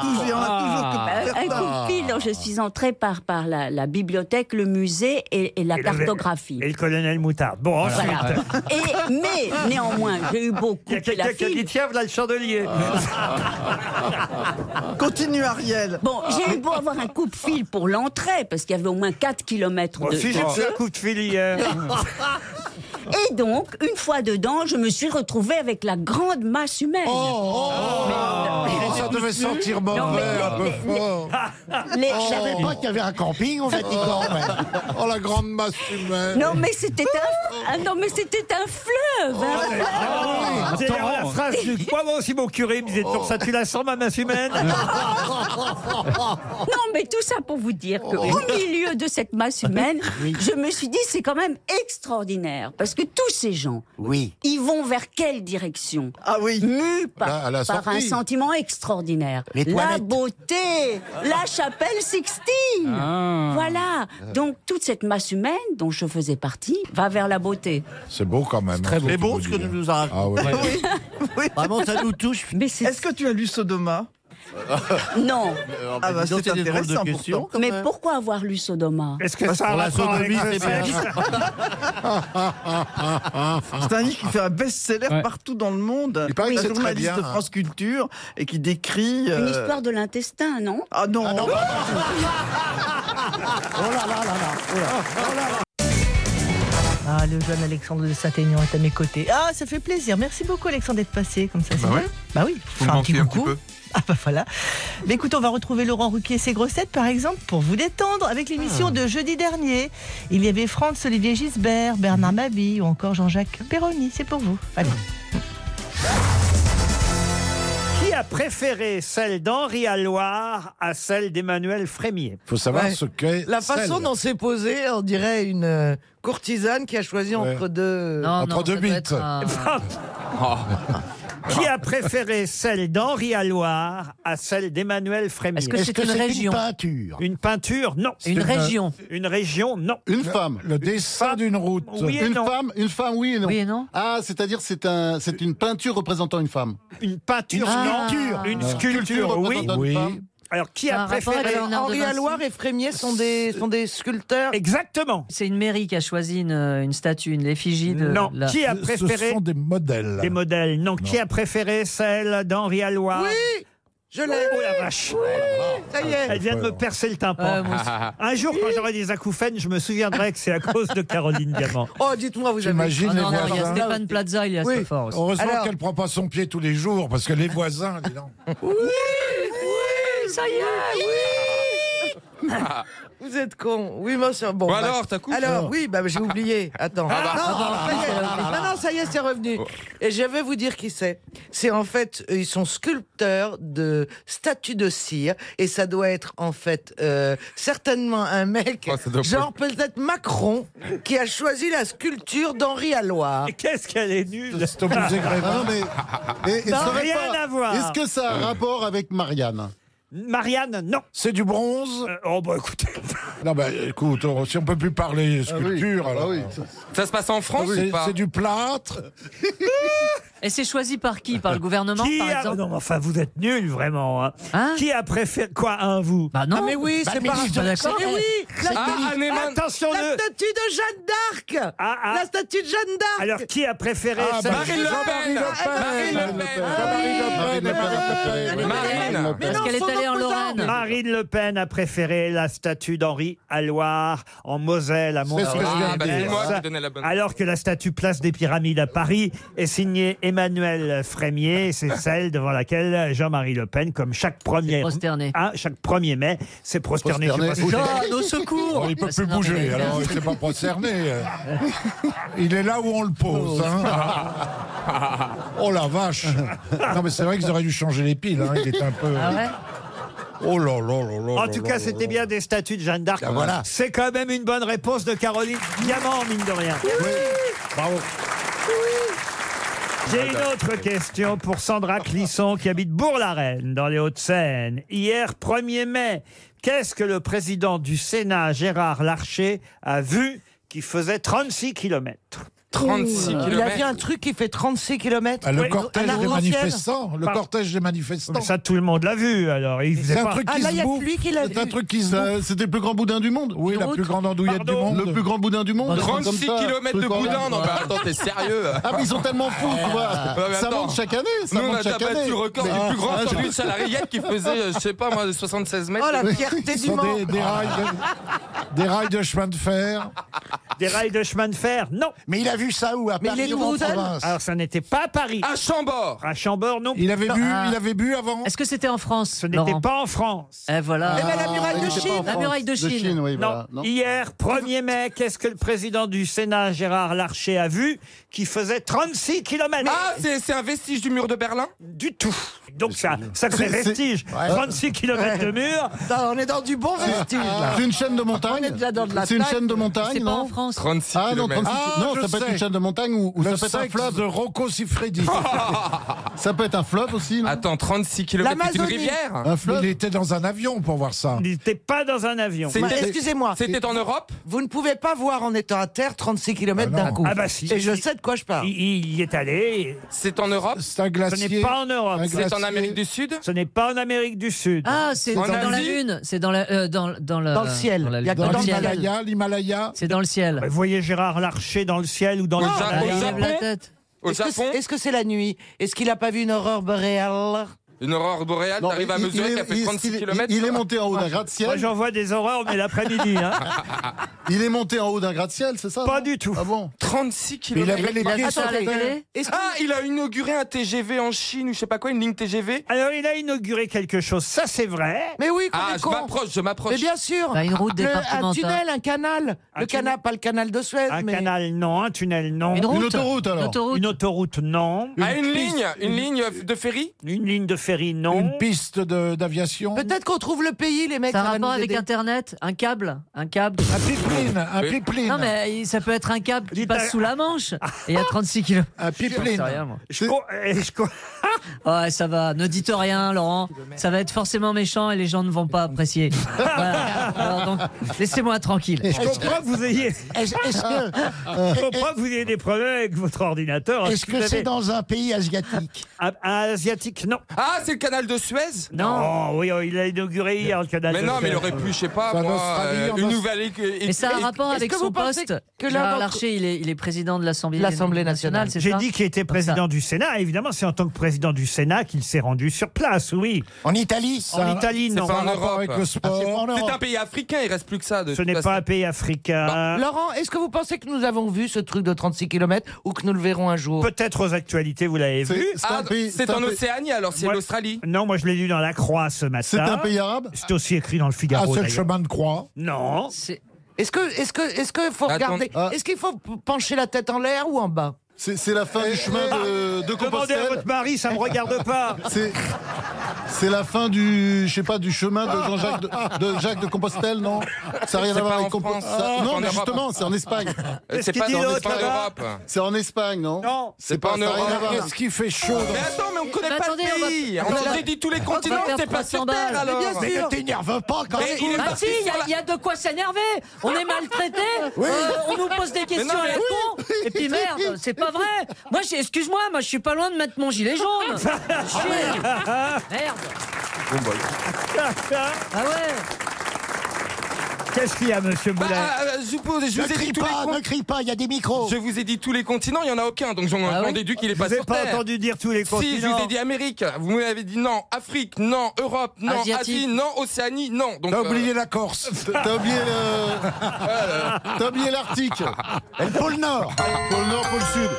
toujours- il y en a toujours que
Ah.
faire
Un
ça.
coupe-fil, non, je suis entrée par, par la, la bibliothèque, le musée et, et la
Et le-
cartographie.
Et le colonel Moutard. Bon, ensuite.
Voilà. Et, mais néanmoins, j'ai eu beaucoup
Il y a quelqu'un qui a dit tiens, voilà le chandelier.
Ah.
Continue Ariel. Bon, j'ai eu beau avoir un coupe-fil pour l'entrée, parce qu'il y avait au moins 4 km
Moi
de
aussi, j'ai
de
pris
queue.
un coup de fil hier.
Et donc, une fois dedans, je me suis retrouvée avec la grande masse humaine.
Oh, ça devait sentir mauvais
Non, mais
un peu
les- les-
fort.
les-
Je savais pas qu'il y avait un camping au Vatican. mais-
Oh, la grande masse humaine.
Non mais c'était un, ah, non mais c'était un fleuve. hein.
Ah, C'est la phrase du. Moi, moi aussi, mon curé me disait
Oh.
toujours ça, tu la sens, ma masse humaine
Ah.
Non mais tout ça pour vous dire que au milieu de cette masse humaine, je me suis dit c'est quand même extraordinaire parce que tous ces gens,
Oui.
ils vont vers quelle direction Ah oui, mus
Là, à
par,
la
par un
sortie.
sentiment extraordinaire.
Les
la
toilettes.
beauté, la chapelle Sixtine.
Ah.
Voilà. Donc toute cette masse humaine dont je faisais partie va vers la beauté.
C'est beau quand même.
très
hein,
beau. C'est beau
faut
ce que
dire.
tu nous as
Ah ouais.
Vraiment, ça nous touche.
Mais c'est-
Est-ce que tu as lu Sodoma
Non.
Euh,
Ah, bah, dis donc, c'est intéressant pourtant.
Mais pourquoi avoir lu Sodoma
Est-ce que ça a
Pour la
rapport avec
sodomie,
le
c'est bien.
sexe
C'est un livre qui fait un best-seller partout dans le monde.
paraît que
un
c'est très
journaliste
bien,
de
hein.
France Culture et qui décrit.
Une
euh,
histoire de l'intestin, non Oh
Ah non,
Ah, le jeune Alexandre de Saint-Aignan est à mes côtés. Ah, ça fait plaisir. Merci beaucoup, Alexandre, d'être passé comme ça. c'est
Bah
bien.
ouais.
Bah oui,
Vous me
Enfin, un petit
manquiez un
coucou.
petit peu.
Ah bah voilà. Mais écoute, on va retrouver Laurent Ruquier et ses grossettes, par exemple, pour vous détendre avec
Ah.
l'émission de jeudi dernier. Il y avait Franz Olivier Gisbert, Bernard Mabille ou encore Jean-Jacques Perroni. C'est pour vous. Allez.
Qui a préféré celle d'Henri Alloire à celle d'Emmanuel Frémier
Faut savoir
Ouais.
ce qu'est.
La façon
sel.
dont c'est posé, on dirait une euh, courtisane qui a choisi
Ouais.
entre deux.
Entre deux bites.
Qui a préféré celle d'Henri Alloire à celle d'Emmanuel Frémier
Est-ce que Est-ce c'est que une c'est une région
peinture
Une peinture, non.
Une région
Une région, non.
Une femme.
Le dessin d'une route.
Oui et
une
non.
femme, une femme, oui et non. Ah, c'est-à-dire c'est un, c'est une peinture représentant une femme.
Une peinture,
Une
non.
sculpture.
Une
Ah.
sculpture,
Sculpture
oui.
représentant une Oui. femme.
Alors, qui a préféré
Henri Alloire et Frémier sont des, sont des sculpteurs.
Exactement.
C'est une mairie qui a choisi une, euh, une statue, une effigie
Euh,
de.
Non.
la-
Qui a préféré
sont des modèles.
Des modèles, non. Qui a préféré celle d'Henri Alloire
Oui, je l'ai.
Oh la vache
Ça y est.
Elle vient de me percer le tympan.
Ouais, Ah, moi aussi.
Un jour, quand j'aurai des acouphènes, je me souviendrai que c'est à cause de Caroline Diamant.
Oh, dites-moi, vous avez.
J'imagine
Ah
les
non, non, il y a
voisins.
Stéphane
Plaza, il est
Oui.
assez fort aussi.
Heureusement
Alors-
qu'elle prend pas son pied tous les jours, parce que les voisins, dis donc.
Oui, ça y est, oui.
Vous êtes con. Oui, moi, c'est bon.
Ah. Bon,
bah,
alors, t'as coupé
Alors, oui, bah, j'ai oublié. Attends.
Ah bah.
non,
Ah bah.
ça y est.
Ah bah.
Non, non, ça y est, c'est revenu.
Oh.
Et je vais vous dire qui c'est. C'est en fait, euh, ils sont sculpteurs de statues de cire. Et ça doit être en fait euh, certainement un mec,
Oh, ça doit
genre peut-être Macron, qui a choisi la sculpture d'Henri Alloire.
Qu'est-ce qu'elle est nulle
C'est
obligé, Grévin. Ah non, mais- Et- et
Non,
ça aurait
rien
pas-
à voir.
Est-ce que ça a un rapport avec Marianne
Marianne, non.
C'est du bronze
Oh, bah écoutez.
Non, bah écoute, on- si on peut plus parler
Ah
sculpture, alors.
Ça se passe en France
C'est-
ou pas
c'est du plâtre.
Et c'est choisi par qui Par le gouvernement,
Qui
par
a- Ah
exemple
Non, mais enfin, vous êtes nuls, vraiment. hein. Qui a préféré quoi, un, vous Bah
Ah mais oui, c'est pas Ah,
d'accord.
Mais oui, la,
Ah, Attention,
la
ne-
statue de Jeanne d'Arc. La statue de Jeanne d'Arc.
Ah, Alors, qui a préféré
Ah,
celle-
bah, Marine Le Pen.
Marine Le Pen. Marine Le Pen. Marine.
Parce qu'elle est allée en Lorraine.
Marine Le Pen a préféré la statue d'Henri à Loire, en Moselle, à
ce que je viens de dire.
Mont-Saint-Michel.
Ah, bah, dis-moi, je donnais la bonne.
Alors que la statue Place des Pyramides à Paris est signée Emmanuel Frémier, c'est celle devant laquelle Jean-Marie Le Pen, comme chaque premier, Hein, chaque 1er mai, s'est prosterné.
Prosterné.
Jean, au secours Ah,
Oh, il peut
Parce
plus
que non, mais-
bouger, alors il s'est pas prosterné. Il est là où on le pose. hein. Oh la vache Non mais c'est vrai qu'ils auraient dû changer les piles, hein, il est un peu...
Ah
Oh là là là là
En
là
tout
là
cas,
là
c'était
là.
bien des statues de Jeanne d'Arc.
Ah, voilà.
C'est quand même une bonne réponse de Caroline Diamant, mine de rien.
Bravo
J'ai une autre question pour Sandra Clisson qui habite Bourg-la-Reine dans les Hauts-de-Seine. Hier, 1er mai, qu'est-ce que le président du Sénat, Gérard Larcher, a vu qui faisait 36 kilomètres
Il a vu un truc qui fait 36 km.
Ah, le cortège des manifestants, le cortège des manifestants.
Mais ça, tout le monde l'a vu, alors. Il faisait
C'est un
pas-
Ah,
truc qui se bouffe. C'est un truc qui se bouffe.
C'était le plus grand boudin du monde
Oui, la plus grande andouillette du monde.
Le plus grand boudin du monde.
36 kilomètres de boudin, non, mais attends, t'es sérieux Ah.
Ah, mais ils sont tellement fous, tu vois.
Ouais, mais
Ça
attends.
monte chaque année, ça
Nous, on
monte
a
chaque
tabattu
année.
le record
Mais-
du plus grand
Ah, je-
sandwich à la rillette qui faisait, euh, je sais pas moi, 76 mètres.
Oh, la fierté du
Ils sont des,
monde.
des
Ah.
rails de, des rails de chemin de fer.
Des rails de chemin de fer, non.
Mais il a vu ça où À
Mais il est
Paris ou en
boudin.
province
Alors, ça n'était pas à Paris.
À Chambord
À Chambord, non.
Il avait,
Non.
bu, il avait bu avant.
Ah. Est-ce que c'était en France Ce
n'était pas en France.
Eh voilà.
Eh ben, la
Ah,
muraille de
il était pas en
Chine.
France. La muraille de Chine.
oui, voilà. Non.
non. Hier, 1er mai, qu'est-ce que le président du Sénat, Gérard Larcher, a vu qui faisait 36 kilomètres
Ah, c'est c'est un vestige du mur de Berlin
Du tout. Donc ça, sacré
C'est- c'est-
vestige. 36 kilomètres de mur.
Attends, on est dans du bon vestige là.
C'est une chaîne de montagne.
On est déjà dans de la
C'est une
plaque.
chaîne de montagne,
C'est pas en
non
France.
36
Ah non,
kilomètres.
36
Ah,
non,
je
ça peut être
sais.
une chaîne de montagne ou, ou ça
Le
peut être un
sexe
fleuve.
de Rocco Siffredi.
Ça peut être un fleuve aussi, non
Attends, 36 kilomètres, c'est une
L'Amazonie.
rivière
Un fleuve
Ah, Il était dans un avion pour voir ça.
Il n'était pas dans un avion.
Bah,
C'est-
Ouais, Excusez-moi,
C'était en Europe
vous ne pouvez pas voir en étant à terre 36 km
Ah non.
d'un coup.
Ah bah si.
Et je sais de quoi je parle.
Il, il y est allé.
C'est en Europe
C'est un
Ce
glacier.
n'est pas en Europe.
Un
C'est en
glacier.
Amérique du Sud
Ce n'est pas en Amérique du Sud.
Ah, c'est
C'est
dans,
en
la
Asie
lune. C'est dans, la- euh, dans, dans, la-
Dans le ciel.
dans la
Il y a
lune.
Dans
Dans le ciel.
l'Himalaya, l'Himalaya.
C'est dans le ciel.
Bah, voyez Gérard Larcher dans le ciel ou dans le
Au Japon.
soleil.
Il lève la tête.
Au
Est-ce que c'est-
Japon
Est-ce que c'est la nuit Est-ce qu'il n'a pas vu une aurore boréale
Une aurore boréale,
Non,
t'arrives à
il- il
mesurer
est-
qu'elle
il-
fait
il-
36
il-
kilomètres Ah.
Il est monté en haut d'un
Moi,
gratte-ciel.
j'en vois des horreurs, mais l'après-midi. hein.
Il est monté en haut d'un gratte-ciel, c'est ça
Pas
non
du tout.
Ah bon
36
Mais il
kilomètres
avait les
Il a
pieds
vu
sur
ça à la
terre.
télé.
Est-ce que-
Ah, il a inauguré un TGV en Chine ou je sais pas quoi, une ligne TGV
Alors, il a inauguré quelque chose, ça c'est vrai.
Mais oui, qu'on
Ah,
est
je
con.
m'approche, je
Mais
m'approche.
bien sûr. Ah,
Bah, une route
Le- un
départementale.
tunnel, un canal.
Un
le
tunnel.
canal, pas le canal de Suez,
Un
mais
canal, non. Un tunnel, non.
Une route.
Une autoroute, alors.
Une autoroute.
Une autoroute, non.
Ah, une ligne Une ligne euh, de ferry
Une ligne de ferry, non.
Une piste de- d'aviation.
peut-être qu'on trouve le pays, les mecs.
Ça a
ça va
rapport
nous
avec
aider.
Internet Un câble Un câble
Un pipeline, un
Oui.
pipeline.
Non, mais il- ça peut être un câble qui
Dites à- Ah.
passe sous la Manche. Et il y a 36 km.
Un pipeline.
Je co- euh, je co-
Ouais, ça va. Ne dites rien, Laurent. Ça va être forcément méchant et les gens ne vont pas apprécier. Voilà. Alors donc, laissez-moi tranquille.
je comprends que vous ayez.
Est-ce est-ce
Je
que
comprends que vous ayez des problèmes avec votre ordinateur.
est-ce
Oh, vous
que c'est
avez
dans un pays asiatique
un, un Ah, asiatique Non.
Ah, c'est le canal de Suez
Non. oui, oh, il a inauguré hier le canal.
Mais
de
non, mais
Suez.
il aurait pu, je sais pas,
Ça, en
moi,
Australie,
euh,
en
une
Aus-
nouvelle. é- é-
Mais ça a un
é-
rapport
est-ce
avec
que
son
vous pensez
poste.
que là,
Gérard
votre-
Larcher, il est, il est président de l'Assemblée,
L'Assemblée nationale,
c'est
J'ai
ça
dit qu'il était président du Sénat. Évidemment, c'est en tant que président du Sénat qu'il s'est rendu sur place, oui. En Italie
ça-
En Italie,
c'est
non. Ah,
pas en Europe. Ah, C'est un pays Bah, africain, il reste plus que ça. De
Ce n'est pas un pays africain.
Laurent, est-ce que vous pensez que nous avons vu ce truc de 36 km ou que nous le verrons un jour
Peut-être aux actualités, vous l'avez vu.
Ah, c'est en Océanie alors, c'est
Moi-
l'Australie.
Non, moi je l'ai lu dans La Croix ce matin.
C'est un pays
arabe
C'est aussi écrit dans le Figaro.
Ah, c'est le
d'ailleurs.
chemin de croix
Non.
C'est- Est-ce que, est-ce que, est-ce que faut
Attends,
regarder
ah.
Est-ce qu'il faut p- pencher la tête en l'air ou en bas
C'est la fin du chemin de, de Compostelle.
à votre mari, ça me regarde pas.
C'est, c'est la fin du, je sais pas, du chemin de Jean-Jacques de, de Jacques de Compostelle, non Ça n'a rien
C'est
à voir
pas
avec
en France,
Compostelle.
ça, c'est
non,
en
mais
Europe.
justement, c'est en Espagne.
C'est Qu'est-ce qu'il pas dit dans l'autre, l'Espagne, là-bas l'Europe.
C'est en Espagne, non
Non.
C'est pas en
ça a rien à
Europe.
voir.
Qu'est-ce qui fait chaud
dans-
Mais attends, mais on connaît
Mais
pas
attendez, on
le
va-
pays.
on
On,
va-
a dit tous les
on va
continents,
faire
c'est pas sur
300
Terre
balles.
alors.
Mais bien Mais sûr. ne t'énerve pas, quand même. Il est
Ah
parti
si, il y
sur
a-
la-
il y, a de quoi s'énerver. On est maltraité.
Oui.
euh, on nous pose des
Mais
questions
non, mais
à la
oui.
con. Et puis merde, c'est pas vrai. Moi, j'ai- excuse-moi, moi, je suis pas loin de mettre mon gilet jaune. Chier. Ah, merde. Ah ouais.
Qu'est-ce qu'il y a, monsieur
Bah,
Boulet
euh, je vous, je vous ai dit tous les con-
pas, il y a des micros.
Je vous ai dit tous les continents, il n'y en a aucun. Donc j'en
Ah
j'en
ouais
déduis qu'il est
Je
pas
vous ai
sur
pas
Terre.
entendu dire tous les
Si, je vous ai
continents.
dit Amérique. Vous m'avez dit non. Afrique, non. Europe, non.
Asiatique.
Asie, non. Océanie, non. Donc,
T'as
euh,
oublié la Corse. T'as oublié le... T'as oublié l'Arctique. Et le pôle Nord. Pôle Nord, pôle Sud.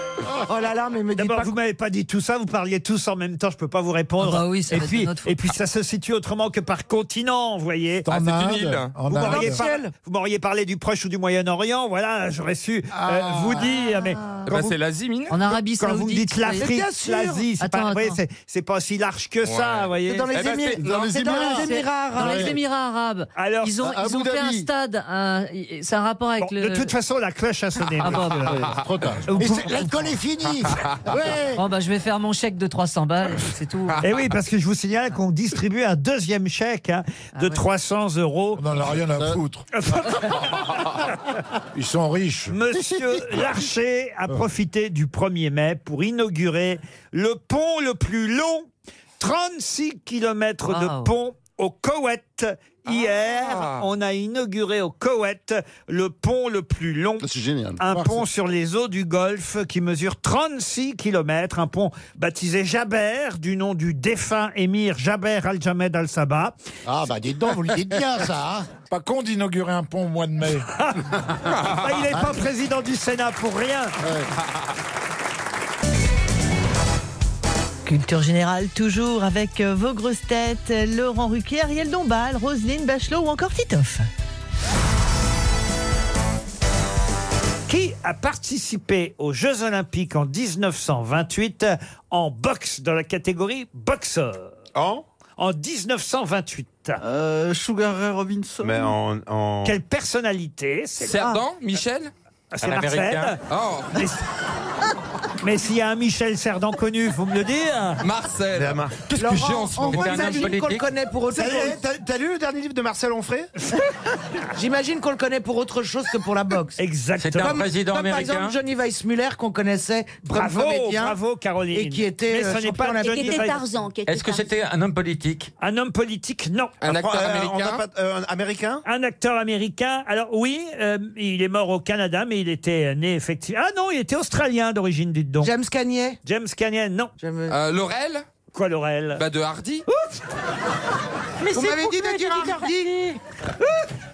Oh là là, mais me dites
D'abord,
pas.
vous m'avez pas dit tout ça, vous parliez tous en même temps, je peux pas vous répondre.
Ah bah oui, ça
et
va être
puis,
de notre faute.
et puis ça se situe autrement que par continent, vous voyez.
En Ah, c'est une Inde, île. en
Vous
Inde.
m'auriez
Dans
par-
le ciel.
vous m'auriez parlé du Proche ou du Moyen-Orient, voilà, j'aurais su euh,
Ah.
vous dire. Mais
Eh
quand
ben,
vous-
c'est l'Asie, mine.
En Arabie
quand vous me dites
Saoudite,
l'Afrique,
bien sûr.
l'Asie, c'est
Attends,
pas, vous voyez,
attends.
c'est- c'est pas aussi large que ça,
Ouais.
vous voyez.
C'est dans les Eh ben, Émi- c'est- dans les c'est dans les Émirats. Émirats hein. Dans les Émirats arabes.
Alors,
ils ont,
à
ils ont
Abu
fait un
Dhabi.
stade. un- C'est un rapport avec
Bon,
le.
De toute façon, la cloche a sonné.
Ah bon,
monsieur.
bah,
Trop tard.
Vous
Et
pouvez-
c'est- l'alcool est fini. Bon, bah, je vais faire mon chèque de 300 balles, et puis c'est tout.
Et Eh oui, parce que je vous signale qu'on distribue un deuxième chèque hein, de 300 euros.
Ah ben, On n'en a rien à foutre. Ils sont riches.
Monsieur Larcher a profité du 1er mai pour inaugurer le pont le plus long, 36 km
Wow.
de pont au Koweït. Hier, on a inauguré au Koweït le pont le plus long.
Ah,
C'est génial.
Un pont sur les eaux du Golfe qui mesure 36 km, un pont baptisé Jaber, du nom du défunt émir Jaber Al-Jamed Al-Sabah.
Ah bah dites donc, vous le dites bien ça. hein.
Pas con d'inaugurer un pont au mois de mai.
Ah, il n'est pas président du Sénat pour rien.
Culture générale, toujours avec euh, vos grosses têtes, euh, Laurent Ruquier, Ariel Dombal, Roselyne Bachelot ou encore Titoff.
Qui a participé aux Jeux Olympiques en 1928 en boxe dans la catégorie boxeur En En 1928.
Sugar Ray Robinson. Mais en. en...
Quelle personnalité c'est-
Cerdan, Michel
Ah,
Oh.
c'est Marcel. Mais si- Mais s'il y a un Michel Cerdan connu, faut me le dire.
Marcel. Qu'est-ce que
Laurent,
j'ai en ce
on
moment
voit que ça
Un homme
dit qu'on le
politique.
connaît pour autre
Ça y est,
chose. T'as lu le dernier livre de Marcel Onfray J'imagine qu'on le connaît pour autre chose que pour la boxe.
Exactement.
Comme-
C'est un président
comme par
américain.
exemple Johnny Weissmuller qu'on connaissait comme
Bravo,
comédien.
bravo Caroline.
Et qui était,
Mais
euh,
ce n'est
champion
pas
olympique.
Johnny
Et qui était
Ray-
Tarzan, qui était
Est-ce que c'était un homme politique
Un homme politique, non. euh,
Un acteur américain
Un américain Un acteur américain. Alors oui, euh, il est mort au Canada, mais il était euh, né effectivement. Ah non, il était australien d'origine, dites donc.
James Cagney
James Cagney, non.
Euh, Laurel
Quoi, Laurel
Bah, de Hardy.
Mais Vous m'avez dit de dire Hardy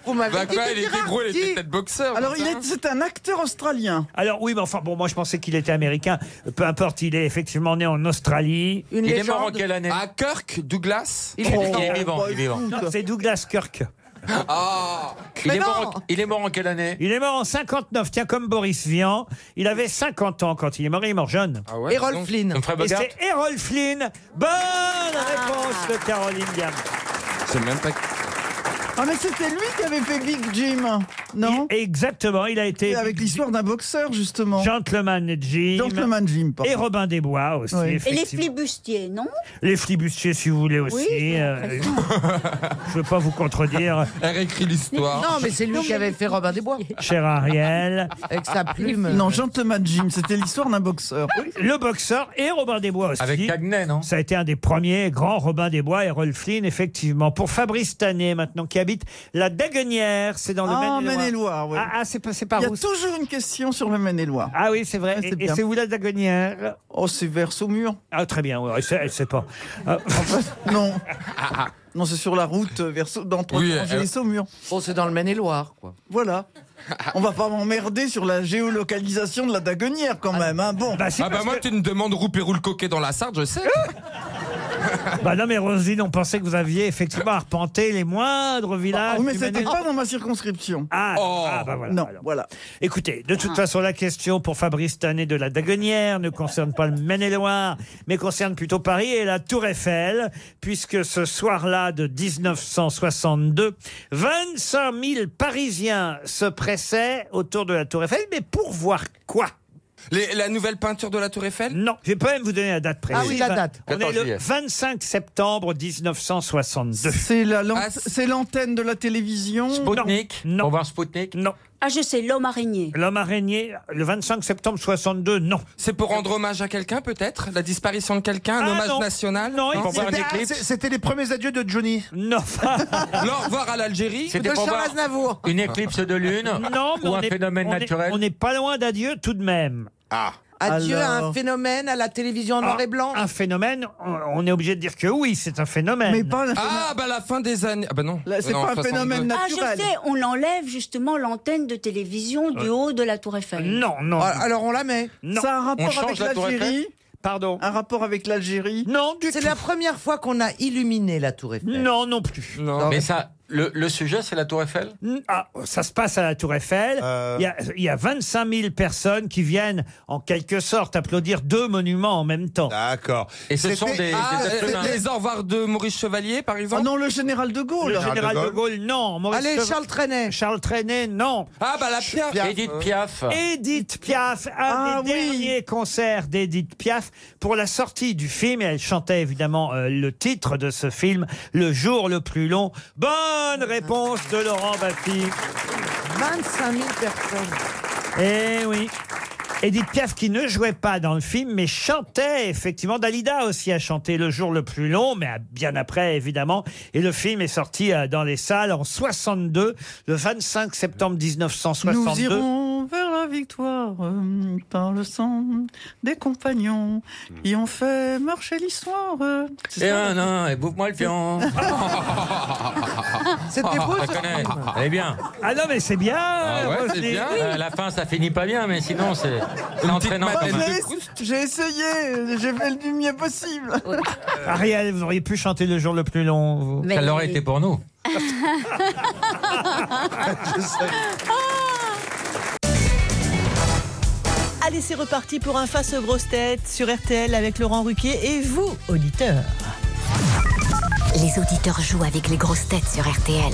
Vous m'avez
Bah,
dit
quoi,
de
il
dire
était gros, il
Hardy.
était peut-être boxeur. hein,
hein.
Alors,
putain.
il est-
C'est un acteur australien.
Alors oui, mais enfin bon, moi je pensais qu'il était américain. Peu importe, il est effectivement né en Australie.
Une
Il est mort en quelle année À Ah, Kirk, Douglas.
Il est Oh, vivant, il est vivant, bah, il est vivant. écoute.
Non, C'est Douglas Kirk.
Ah
il est, mort en, il est mort en quelle année
Il est mort en 59, tiens comme Boris Vian. Il avait 50 ans quand il est mort, il est mort jeune.
Ah ouais, Errol dis donc. Flynn. Humphrey
Et
Bogart
c'est Errol Flynn. Bonne réponse de Caroline Diamant.
C'est même pas.
Ah mais c'était lui qui avait fait Big Jim, non
Exactement, il a été
Avec l'histoire d'un boxeur justement.
Gentleman Jim.
Gentleman Jim, pardon.
Et Robin des Bois aussi.
Oui. Et les
Et les
effectivement.
flibustiers, non
Les flibustiers, si vous voulez aussi.
Oui, j'ai
Euh, je ne veux pas vous contredire,
Elle réécrit l'histoire.
Non, mais c'est lui qui avait fait Robin des Bois.
cher Ariel.
Avec sa
Ah.
plume.
Non, Gentleman Jim, c'était l'histoire d'un boxeur.
Le boxeur et Robin Desbois aussi.
Avec Cagney, non
Ça a été un des premiers grands Robin Desbois et Rolf Flynn, effectivement. Pour Fabrice Tanet, maintenant, qui a habite la Daguenière, c'est dans le
Ah,
Maine-et-Loire.
Maine-et-Loire, oui.
Ah, ah, c'est passé par
Il y a
où
toujours une question sur le Maine-et-Loire.
Ah oui, c'est vrai.
Ah,
Et-
c'est
et
bien.
c'est où la Daguenière
Oh, c'est vers Saumur.
Ah, très bien, ouais, elle sait- elle sait pas. Ah.
Non.
Ah,
Non, c'est sur la route vers Sau- dans entre
Oui,
Angers
elle-
et Saumur.
Oh,
Bon, c'est dans le Maine-et-Loire, quoi.
Voilà. On va pas m'emmerder sur la géolocalisation de la Daguenière quand même, hein. Bon.
ah bah moi, tu me demandes roupé roule coquet dans la Sarthe, je sais.
Bah non, mais Roselyne, on pensait que vous aviez effectivement arpenté les moindres villages.
Oh, mais
du
c'était
Maine-et-Loire.
pas dans ma circonscription.
Ah,
Oh.
ah, bah voilà.
Non,
alors.
voilà.
Écoutez, de toute façon, la question pour Fabrice Tanet de la Daguenière ne concerne pas le Maine-et-Loire, mais concerne plutôt Paris et la Tour Eiffel, puisque ce soir-là de 1962, 25 000 Parisiens se pressaient autour de la Tour Eiffel, mais pour voir quoi
Les- la nouvelle peinture de la Tour Eiffel
Non, je vais pas même vous donner la date précise.
Ah oui, la date.
On est
14
le
juillet.
25 septembre 1962.
C'est la
Ah,
lampe- c'est l'antenne de la télévision.
Spoutnik
Non.
On va voir Spoutnik
Non.
Ah, je sais, l'homme araignée.
L'homme araignée, le 25 septembre 62, non.
C'est pour rendre hommage à quelqu'un, peut-être La disparition de quelqu'un Un
Ah,
hommage
non.
national
Non,
Pour
il-
voir un
c'était- ah,
éclipse
c'est-
les premiers adieux de Johnny.
Non.
Non, voir à l'Algérie
C'était pour voir Une éclipse de lune
Non, mais
ou
on
un
est-
phénomène
on est-
naturel
On n'est pas loin d'adieu tout de même. Ah.
Adieu à un phénomène à la télévision en noir et blanc.
Un phénomène, on on est obligé de dire que oui, c'est un phénomène. Mais
pas
Ah bah la fin des années... Ah bah non. Non, 62.
Ah, je sais, on l'enlève justement l'antenne de télévision du haut de la Tour Eiffel.
Non, non.
Ah, Alors on la met. Ça a un
On
rapport
change
avec
la Tour
l'Algérie.
Pardon.
Un rapport avec l'Algérie.
Non, du
C'est la première fois qu'on a illuminé la Tour Eiffel.
Non, non plus.
Mais ça, le, le sujet, c'est la Tour Eiffel
Ah, ça se passe à la Tour Eiffel. Il, y a, il y a 25 000 personnes qui viennent, en quelque sorte, applaudir deux monuments en même temps.
D'accord.
Et ce sont des.
Ah,
des êtres
euh,
humains.
les au revoir de Maurice Chevalier, par exemple
Ah non, le général de Gaulle.
Le général de Gaulle, non. Maurice
Allez,
Chevalier-
Charles
Trenet.
Charles Trenet, non.
Ah bah la Piaf.
Édith Piaf.
Edith Piaf, un des derniers concerts d'Edith Piaf pour la sortie du film. Et elle chantait évidemment euh, le titre de ce film, Le jour le plus long. Bonne réponse de Laurent Baffy.
25 000 personnes.
Eh oui. Edith Piaf qui ne jouait pas dans le film, mais chantait effectivement. Dalida aussi a chanté Le jour le plus long, mais à- bien après évidemment. Et le film est sorti euh, dans les salles en 62, le 25 septembre 1962.
Nous irons vers la victoire euh, par le sang des compagnons
Hmm.
qui ont fait marcher l'histoire. euh. C'est
Et
ça,
un,
la-
un, et bouffe-moi le pion.
C'était beau,
Je
ça.
connais. Ah, Elle est bien.
Ah non mais c'est bien.
Ah ouais, c'est
Roselyne.
bien. À la fin, ça finit pas bien, mais sinon, c'est c'est
Eh
entraînant
Bah,
quand
j'ai
même.
ess- J'ai essayé, j'ai fait du mieux possible.
Ariel, vous auriez pu chanter le jour le plus long. vous.
Ça l'aurait été pour nous.
hein
Allez, c'est reparti pour un face aux grosses têtes sur RTL avec Laurent Ruquier et vous, auditeurs.
Les auditeurs jouent avec les grosses têtes sur RTL.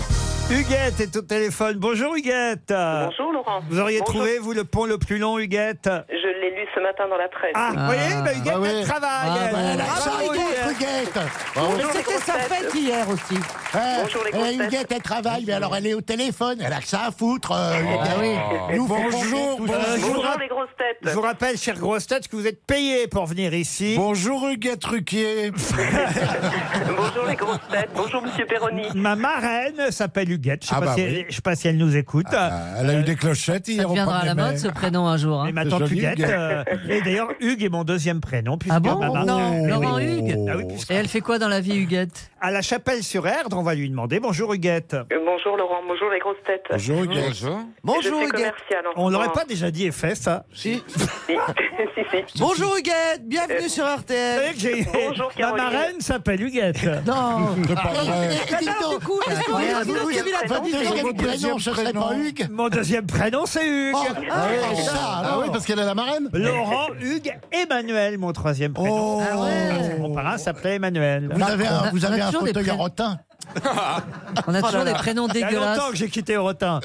Huguette est au téléphone. Bonjour Huguette.
Bonjour Laurent.
Vous auriez
Bonjour.
trouvé vous le pont le plus long, Huguette.
Je l'ai lu ce matin dans la presse.
Ah, vous voyez, bah, Huguette,
Ah ouais.
elle travaille.
Ah
elle.
bah, la
Bravo,
charité,
Huguette.
Huguette.
Bonjour,
Mais
les
C'était
grosses
sa
têtes.
fête hier aussi. Hein,
Bonjour, les
eh,
grosses têtes.
Huguette, elle travaille, mais alors elle est au téléphone, elle a que ça à foutre. euh,
Oh.
Huguette.
Ah oui.
Nous
Bonjour,
faisons tout
bonjour.
ça.
Je vous rapp-
Oh, les grosses têtes.
Je vous rappelle, chère grosse tête, que vous êtes payé pour venir ici.
Bonjour Huguette Ruquier.
Bonjour les grosses têtes. Bonjour Monsieur Perroni.
Ma marraine s'appelle Huguette. Je ne sais,
Ah
pas
bah
si
oui. Ah,
elle- je sais pas si elle nous écoute.
Elle a eu des clochettes
Ça
hier au
deviendra à
premier
la
mai.
mode ce prénom un jour. hein.
Et ma tante
joli,
Bah, Huguette.
Huguette. Oh.
euh, et d'ailleurs, Hugues est mon deuxième prénom. Puisque
Ah bon
ma marraine-
Non,
Eh oui.
Laurent Hugues
Ah oui, puisque-
Et elle fait quoi dans la vie, Huguette
À la chapelle sur Erdre, on va lui demander. Bonjour Huguette.
Euh, Bonjour Laurant, bonjour les grosses têtes.
Bonjour Huguette.
Bonjour.
Bonjour,
Je suis
Huguette.
commerciale. en
On
ce
l'aurait
moment.
pas déjà dit et fait ça.
Si.
Si, si, si.
Bonjour, Huguette. Bienvenue sur
Vous savez
RTL.
que j'ai-
Bonjour,
Ma
Caroline.
marraine s'appelle Huguette. Ah,
Non.
C'est pas vrai.
Eh, eh, dites donc,
est-ce qu'on
incroyable.
est-ce qu'on
Vous
a vu la
savez
tradition
quel
Votre deuxième
prénom ce serait
prénom.
pas Hugues
Mon deuxième prénom, c'est Hugues.
Oh,
Ah oui,
ah, ça,
ah
alors.
oui, parce qu'elle est la marraine.
Laurent, Hugues, Emmanuel, mon troisième prénom.
Oh. Ah ouais.
Mon parrain s'appelait Emmanuel.
Vous avez
On
un,
a-
vous
on a
avez un
toujours des
fauteuil en
prénoms.
rotin.
On a
Oh là
toujours
là.
des prénoms
Il y a longtemps
dégueulasses.
que j'ai quitté Eurotin.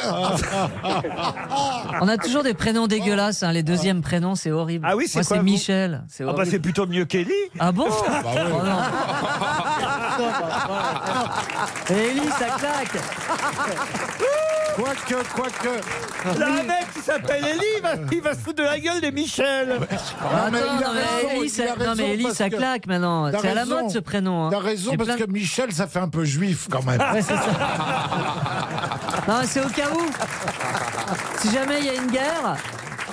On a toujours des prénoms dégueulasses. hein. Les deuxièmes prénoms, c'est horrible.
Ah oui, c'est
Moi,
quoi,
c'est
vous
Michel. C'est
Ah bah
horrible.
c'est plutôt mieux qu'Elie.
Ah bon
bah
Oh non. Et Ellie, ça claque
Quoique, quoique. Là, un mec qui s'appelle Elie, il va, il va se foutre de la gueule de Michel.
Attends, non, mais Ellie, ça- non, mais Ellie, ça claque maintenant.
T'as
C'est à la
raison.
mode ce prénom. hein.
T'as raison,
Et
parce
plein de-
que Michel, ça fait un peu juif quand même.
Ouais, c'est Non, mais c'est au cas où. Si jamais il y a une guerre.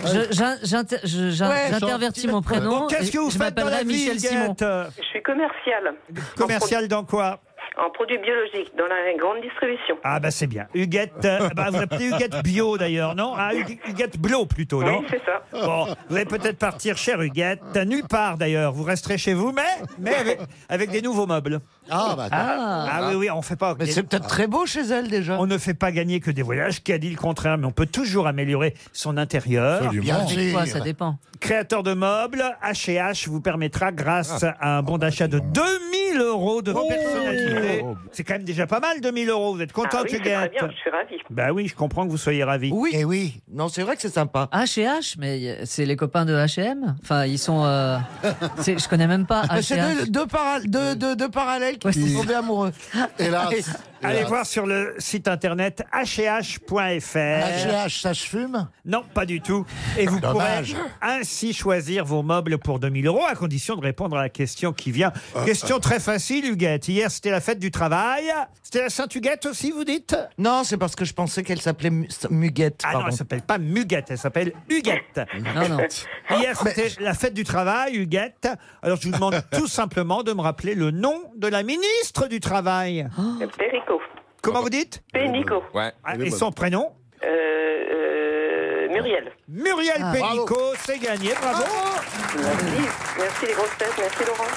je- j'in- j'inter- je- j'in-
Ouais.
J'intervertis mon prénom.
Bon, qu'est-ce que
et
vous
je
faites dans la
m'appellerai
vie,
Michel Simon.
Guillette
Je suis commerciale
Commercial dans quoi
en produits biologiques dans la grande distribution.
Ah bah c'est bien. Huguette, euh, bah, vous appelez Huguette Bio d'ailleurs, non Ah, Hugu- Huguette Blo plutôt,
Oui,
non
c'est ça.
Bon, vous allez peut-être partir, chère Huguette, nulle part d'ailleurs. Vous resterez chez vous, mais, mais avec, avec des nouveaux meubles.
Ah, bah,
ah,
ah.
oui, oui, on fait pas...
Mais c'est peut-être
très beau chez elle déjà. On ne fait pas gagner que des voyages, qui a dit le contraire, mais on peut toujours améliorer son intérieur.
Bien Avec quoi, ça dépend.
Créateur de meubles, H&H vous permettra, grâce
Ah.
à un bon
bah,
d'achat de 2000 euros
Oh.
de personnalité. C'est quand même déjà pas mal, 2000 euros. Vous êtes
Ah
contente,
oui, c'est très
Huguette
bien, je suis ravie.
Bah oui, je comprends que vous soyez ravis.
Oui.
Eh
Et oui.
Non, c'est vrai que c'est sympa. H&H, mais euh, c'est les copains de H&M. Enfin, ils sont. euh, c'est- je connais même pas
C'est deux,
H&H.
deux para- deux- deux- deux parallèles qui sont tombés amoureux.
Allez voir sur le site internet hh.fr.
HH, ça se fume
Non, pas du tout. Et vous
Dommage.
pourrez ainsi choisir vos meubles pour 2000 euros à condition de répondre à la question qui vient.
Ah.
question très facile, Huguette. Hier, c'était la fête du travail. C'était la Sainte-Huguette aussi, vous dites
Non, c'est parce que je pensais qu'elle s'appelait Mu- Muguette.
Ah non, elle s'appelle pas Muguette, elle s'appelle Huguette.
Non, non.
Hier, c'était la fête du travail, Huguette. Alors, je vous demande tout simplement de me rappeler le nom de la ministre du Travail.
Oh. Perico.
Comment vous dites
Pénico.
Ouais.
Ah, et son prénom
Euh, euh, Muriel.
Muriel
Ah.
Pénicaud, c'est gagné, bravo
Merci. Merci les grosses têtes, merci Laurent.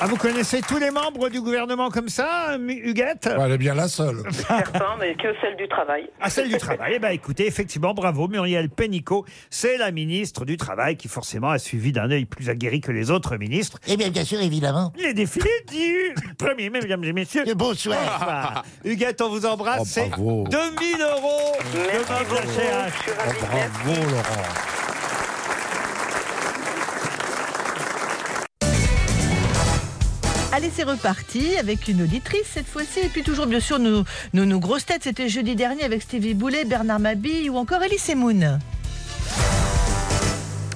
Ah, vous connaissez tous les membres du gouvernement comme ça, Mu- Huguette
Elle est bien la seule.
Certains, mais que celle du travail.
À celle du travail. Eh bien, écoutez, effectivement, bravo, Muriel Pénicaud. C'est la ministre du Travail qui, forcément, a suivi d'un œil plus aguerri que les autres ministres.
Eh bien, bien sûr, évidemment.
Les défilés du premier mai, mesdames et messieurs.
Bonsoir.
Bonsoir. Huguette, on vous
Oh,
embrasse. C'est 2000 euros de meubles HH.
Oh, Bravo, Laurent.
Allez, c'est reparti avec une auditrice cette fois-ci. Et puis toujours, bien sûr, nos, nos, nos grosses têtes. C'était jeudi dernier avec Stevie Boulet, Bernard Mabille ou encore Elise Moon.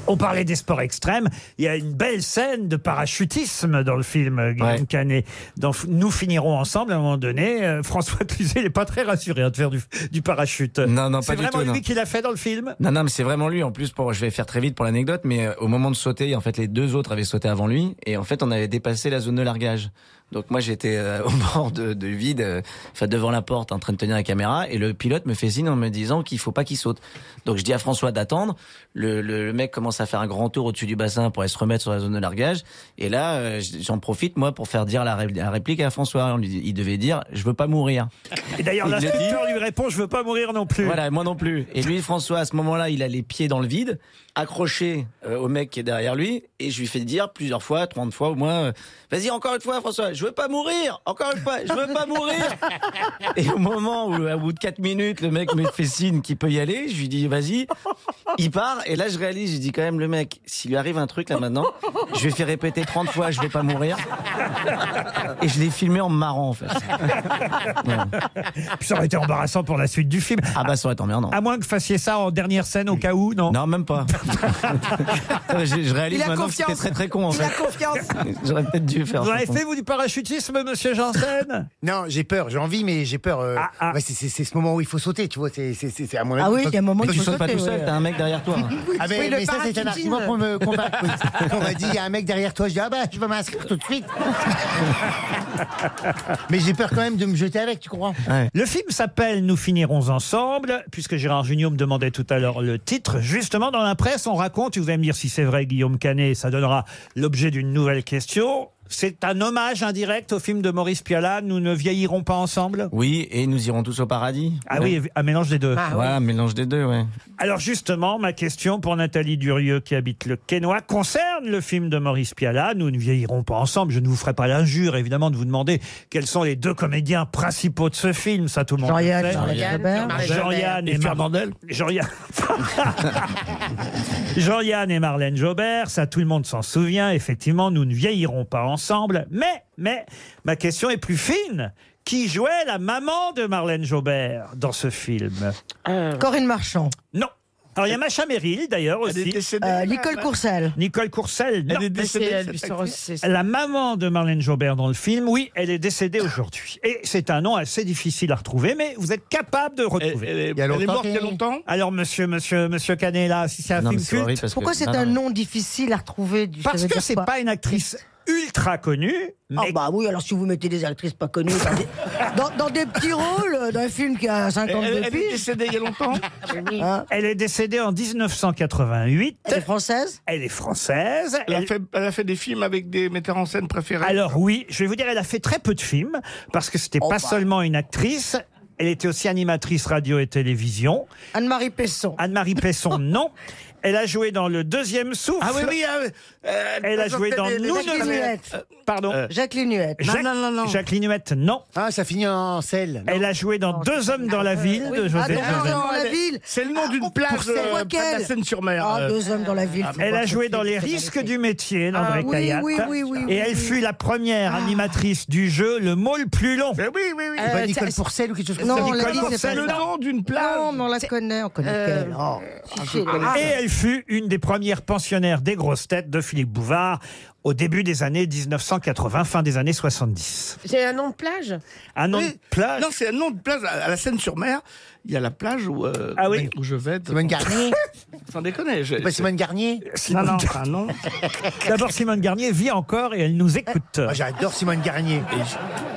On parlait des sports extrêmes. Il y a une belle scène de parachutisme dans le film euh, Guillaume Canet. Dans F- Nous finirons ensemble à un moment donné. euh, François Cluzet, il n'est pas très rassuré hein, de faire du, du parachute.
Non, non,
C'est
pas du
vraiment
tout, non.
lui qui l'a fait dans le film
Non, non, mais c'est vraiment lui. En plus, pour, je vais faire très vite pour l'anecdote, mais euh, au moment de sauter, en fait, les deux autres avaient sauté avant lui, et en fait, on avait dépassé la zone de largage. Donc moi, j'étais euh, au bord de, de vide, euh, enfin devant la porte, en train de tenir la caméra, et le pilote me fait signe en me disant qu'il faut pas qu'il saute. Donc je dis à François d'attendre. Le, le- le mec commence à faire un grand tour au-dessus du bassin pour aller se remettre sur la zone de largage, et là, euh, j'en profite moi pour faire dire la, ré- la réplique à François. On lui dit- il devait dire, je veux pas mourir.
Et d'ailleurs,
Il l'a dit.
l'inspecteur lui répond Je veux pas mourir non plus.
Voilà, moi non plus. Et lui, François, à ce moment-là, il a les pieds dans le vide, accroché euh, au mec qui est derrière lui, et je lui fais dire plusieurs fois, 30 fois au moins, euh, vas-y, encore une fois, François, je veux pas mourir, encore une fois, je veux pas mourir. et au moment où, au bout de 4 minutes, le mec me fait signe qu'il peut y aller, je lui dis, vas-y, il part, et là, je réalise, je dis quand même, le mec, s'il lui arrive un truc là maintenant, je lui fais répéter 30 fois, je veux pas mourir. Et je l'ai filmé en me marrant, en fait.
Ah, Puis ça aurait été embarrassant pour la suite du film.
Ah bah, ça aurait été emmerdant.
À moins que vous fassiez ça en dernière scène au cas où, non
Non, même pas. je, je réalise
Il a
maintenant que c'était
confiance.
très très con en
Il
fait.
a confiance.
J'aurais peut-être dû faire
Vous
ça.
avez fait, vous, du parachutisme, monsieur Janssen Ah,
Non, j'ai peur, j'ai envie, mais j'ai peur. euh, ouais, c'est- c'est c'est ce moment où il faut sauter, tu vois. C'est c'est- c'est- c'est à mon avis.
Ah oui, il y a un moment
Mais
où il faut sauter, ouais.
Ah, mais, Oui, le mais ça, c'est un parachutine. argument pour me combattre. oui. On m'a dit, il y a un mec derrière toi, je dis, ah bah, je vais m'inscrire tout de suite.
Mais j'ai peur quand même de me jeter avec, tu comprends Le film s'appelle Nous finirons ensemble, puisque Gérard Junior me demandait tout à l'heure le titre. Justement, dans la presse, on raconte, et vous allez me dire si c'est vrai, Guillaume Canet, ça donnera l'objet d'une nouvelle question. C'est un hommage indirect au film de Maurice Pialat, Nous ne vieillirons pas ensemble
Oui, et nous irons tous au paradis.
Ah oui, un mélange des
Ah
deux.
voilà, un mélange des deux, ouais.
Alors justement, ma question pour Nathalie Durieux qui habite le Quénois concerne le film de Maurice Pialat. Nous ne vieillirons pas ensemble. Je ne vous ferai pas l'injure, évidemment, de vous demander quels sont les deux comédiens principaux de ce film. Ça, tout le monde le
Jean-Yann,
sait.
Jean-Yann Jobert.
Jean-Yann
Et Pierre
Mar- Jean-Yann. Jean-Yann et Marlène Jobert, ça tout le monde s'en souvient, effectivement, nous ne vieillirons pas ensemble, mais, mais, ma question est plus fine. Qui jouait la maman de Marlène Jobert dans ce film
Corinne Marchand.
Non. Alors il y a Macha Merrill d'ailleurs aussi.
Euh, Nicole Courcelle.
Nicole Courcelle. non.
Elle est décédée, C'est elle, cette sur- actrice c'est- c'est-
La maman de Marlène Jobert dans le film, oui, elle est décédée aujourd'hui. Et c'est un nom assez difficile à retrouver, mais vous êtes capable de retrouver.
elle est- Il y a elle est longtemps morte il y a longtemps
Alors monsieur, monsieur, monsieur Canella, si c'est un
Non, mais
film
c'est horrible
culte,
parce
Pourquoi c'est un nom difficile à retrouver du- ça
Parce
veut
que
dire
c'est
quoi
pas une actrice ultra connue.
Ah bah oui, alors si vous mettez des actrices pas connues dans des, dans- dans des petits rôles, euh, dans un film qui a 52
Elle- elle est
piges.
décédée il y a longtemps
Hein
Elle est décédée en 1988.
Elle est française
Elle est française.
Elle, a fait, elle a fait des films avec des metteurs en scène préférés.
Alors oui, je vais vous dire, elle a fait très peu de films parce que c'était
Oh,
pas
bah.
seulement une actrice. Elle était aussi animatrice radio et télévision.
Anne-Marie Pesson.
Anne-Marie Pesson, non. Elle a joué dans Le Deuxième Souffle.
Ah oui, oui. ah oui. Euh,
Elle a joué
présentait
dans
les- les-
Nous
les-
ne-
Euh,
Pardon.
Jacqueline Huette.
Jacques- Jacqueline Huette, non.
Ah, ça finit en sel.
Elle a joué
Oh,
dans Deux hommes dans la ville de José
Ah, non,
José.
non,
la
elle-
ville. Ah,
C'est le nom d'une plage
c'est moi
euh, près de la
qu'elle.
Seine-sur-Mer.
Ah,
euh.
deux hommes dans la ville. faut
Elle
pas
a joué
se
dans Les
fier, c'est
risques du métier d'André
Ah, oui,
Cayatte.
oui, oui, oui,
et
oui, Ah.
elle
oui.
fut la première animatrice du jeu Le mot le plus long.
Mais oui, oui, oui.
Pas Nicole Pourcel ou quelque chose comme ça.
Euh, Non, on l'a
Nicole
dit, c'est
Corsel,
pas
le
ça.
nom d'une plage.
Non, mais on la connaît, on connaît
Euh,
quelle. Oh, si, si, elle est-
Et elle fut une des premières pensionnaires des grosses têtes de Philippe Bouvard au début des années 1980, fin des années 70.
C'est un nom de plage
Un nom
Oui.
de plage.
Non, c'est un nom de plage. À la Seine-sur-Mer, il y a la plage où, euh,
Ah oui.
où je vais. de-
Simone Garnier.
Sans déconner. je-
C'est pas Simone Garnier
Non, non, enfin, non.
D'abord, Simone Garnier vit encore et elle nous écoute.
Moi, J'adore Simone Garnier.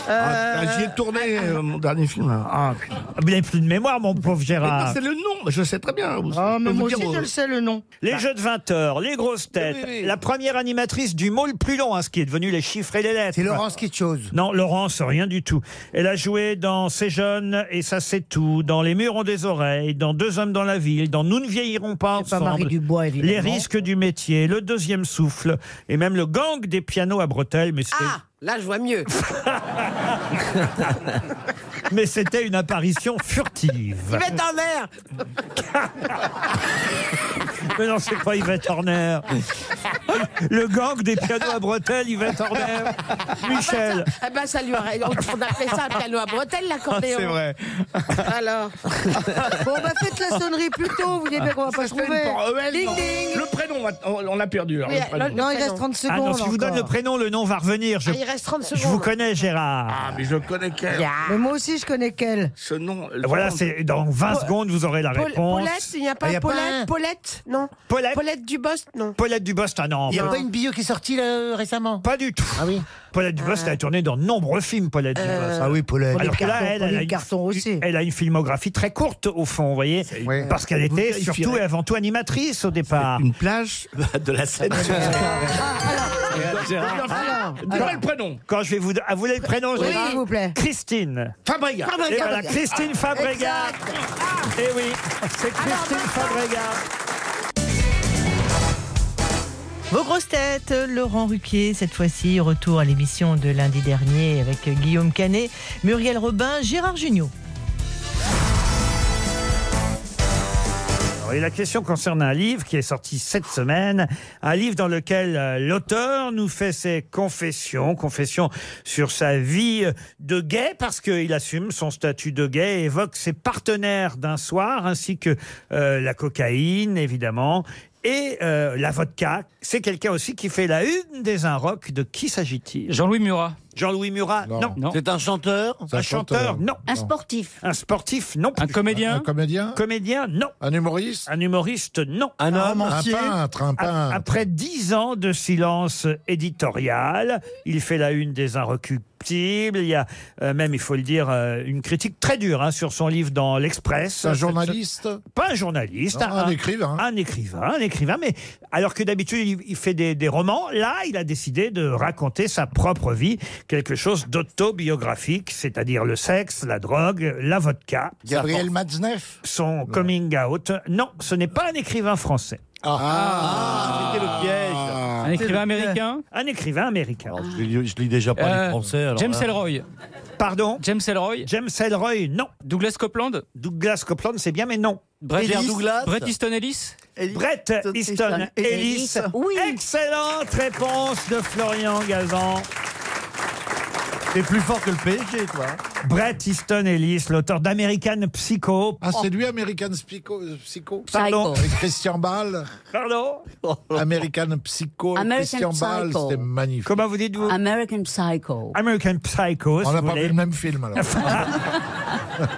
Ah, J'y ai tourné euh, mon dernier film. Ah, putain.
Vous n'avez plus de mémoire, mon
Mais
pauvre
non,
Gérard.
c'est le nom, je sais très bien. Vous-
Ah,
je
mais
peux
moi
vous dire,
aussi, je
euh,
le sais, le nom.
Les jeux de 20 heures, les grosses têtes,
oui, oui.
la première animatrice du mot le plus long, hein, ce qui est devenu les chiffres et les lettres.
C'est Laurence quelque chose.
Non, Laurence, rien du tout. Elle a joué dans C'est jeune et ça c'est tout, dans Les murs ont des oreilles, dans Deux hommes dans la ville, dans Nous ne vieillirons pas
C'est pas
ensemble,
Marie Dubois, évidemment.
Les risques du métier, Le deuxième souffle et même Le gang des pianos à bretelles. Mais c'était,
Ah, là, je vois mieux.
mais c'était une apparition
Ils
furtive.
mettent en l'air.
mais non, c'est pas Yvette Horner. Le gang des pianos à bretelles, Yvette Horner. Michel.
Ah ben, ça lui aurait... On appelait ça un piano à bretelles,
Ah,
l'accordéon.
C'est vrai.
Alors
Bon, bah faites la sonnerie plus tôt, vous dites qu'on va pas se
C'était une
trouver.
por- euh, elle,
Ding
non.
ding
Le prénom, maintenant, on on l'a perdu. alors,
Oui,
le prénom.
le-
Non, il reste
prénom.
30 secondes.
Ah non, si je vous donne le
encore.
prénom, le nom va revenir. Je,
Ah, il reste 30
je vous
secondes.
connais, Gérard.
Ah, mais je connais quel.
Mais moi aussi, je connais quelle.
Ce nom. le
Voilà,
nom-
c'est dans 20 secondes, vous aurez la
Paul-
réponse.
Paulette, il n'y a
Ah, il
pas
y a pas un.
Paulette Paulette Non.
Paulette.
Paulette Dubost Non.
Paulette Dubost, ah non,
Il n'y a
pas-
pas une bio qui est sortie là, euh, récemment
pas du tout.
Ah oui
Paulette Dubost, elle a tourné dans de nombreux films, Paulette Dubost.
Ah oui, Paulette.
Alors que là,
Carton,
elle, elle, a
Pauline
une,
Carton aussi.
elle a une filmographie très courte, au fond, vous voyez,
Ouais.
parce qu'elle était
Vous
surtout
vérifierez.
et avant tout animatrice au départ.
Une plage de la Seine.
Ah, bah,
Donnez le prénom.
Quand je vais vous... Ah, vous voulez le prénom,
Oui,
Gérard
s'il vous plaît.
Christine.
Fabrega.
Et voilà, Christine Fabregat. Et oui, c'est Christine Fabregat.
Vos grosses têtes, Laurent Ruquier, cette fois-ci, retour à l'émission de lundi dernier avec Guillaume Canet, Muriel Robin, Gérard Jugnot.
Alors, Et la question concerne un livre qui est sorti cette semaine, un livre dans lequel euh, l'auteur nous fait ses confessions, confessions sur sa vie euh, de gay, parce qu'il assume son statut de gay, et évoque ses partenaires d'un soir, ainsi que euh, la cocaïne, évidemment, et euh, la vodka. C'est quelqu'un aussi qui fait la une des un rock. De qui s'agit-il
Jean-Louis Murat.
Jean-Louis Murat Non.
Non.
C'est un chanteur
Un chanteur Non.
Un sportif.
Un sportif Non.
Un
plus.
comédien.
Un comédien
Comédien Non.
Un humoriste
Un humoriste Non.
Un Un peintre, un
A-
peintre.
Après dix ans de silence éditorial, il fait la une des Inrecuptibles. Il y a euh, même, il faut le dire, euh, une critique très dure hein, sur son livre dans l'Express.
Un journaliste
Pas un journaliste,
Non, un écrivain.
Un écrivain, un écrivain. Mais alors que d'habitude, il, il fait des, des romans, là, il a décidé de raconter sa propre vie, quelque chose d'autobiographique, c'est-à-dire le sexe, la drogue, la vodka.
Gabriel Matzneff.
Son coming out. Non, ce n'est pas un écrivain français.
Ah, c'était le piège.
Ah.
Un écrivain américain.
Un écrivain américain.
Je lis, déjà pas
Euh,
les français. alors
James
là.
Elroy.
Pardon
James Elroy.
James Elroy, non.
Douglas Copeland.
Douglas Copeland, c'est bien, mais non.
Brett
Ellis. Douglas.
Brett Easton Ellis.
Brett Easton Ellis. Excellente réponse de Florian Gazan.
T'es plus fort que le PSG, toi.
Bret Easton Ellis, l'auteur d'American Psycho.
Ah, c'est lui, American Spico- euh, Psycho
Pardon.
Avec Christian Ball.
Pardon
American Psycho et
American
Oh, Christian Ball,
Psycho.
c'était magnifique.
Comment vous dites-vous
American Psycho.
American Psycho. si
On n'a
vous
pas
voulez.
vu le même film, alors.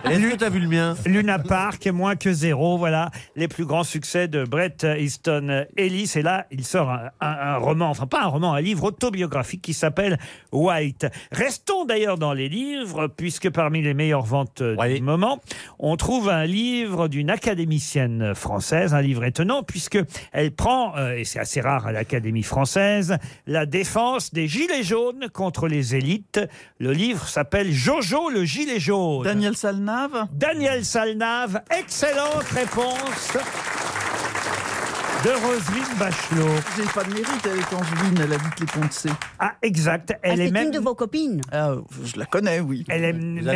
Est-ce que t'as vu le mien
Luna Park, moins que zéro, voilà les plus grands succès de Bret Easton Ellis. Et là, il sort un, un- un roman, enfin pas un roman, un livre autobiographique qui s'appelle White. Restons d'ailleurs dans les livres, puisque parmi les meilleures ventes du moment, on trouve un livre d'une académicienne française, un livre étonnant, puisque elle prend, euh, et c'est assez rare à l'Académie française, la défense des Gilets jaunes contre les élites. Le livre s'appelle Jojo le Gilet jaune.
Daniel Salnave.
Daniel Salnave, excellente réponse de Roselyne Bachelot.
J'ai pas de mérite, elle est angevine, elle habite les ponts de C.
Ah, exact. Elle
est
est même-
une de
vos copines
Ah, Je la connais, oui.
Elle est
Vous
même- Elle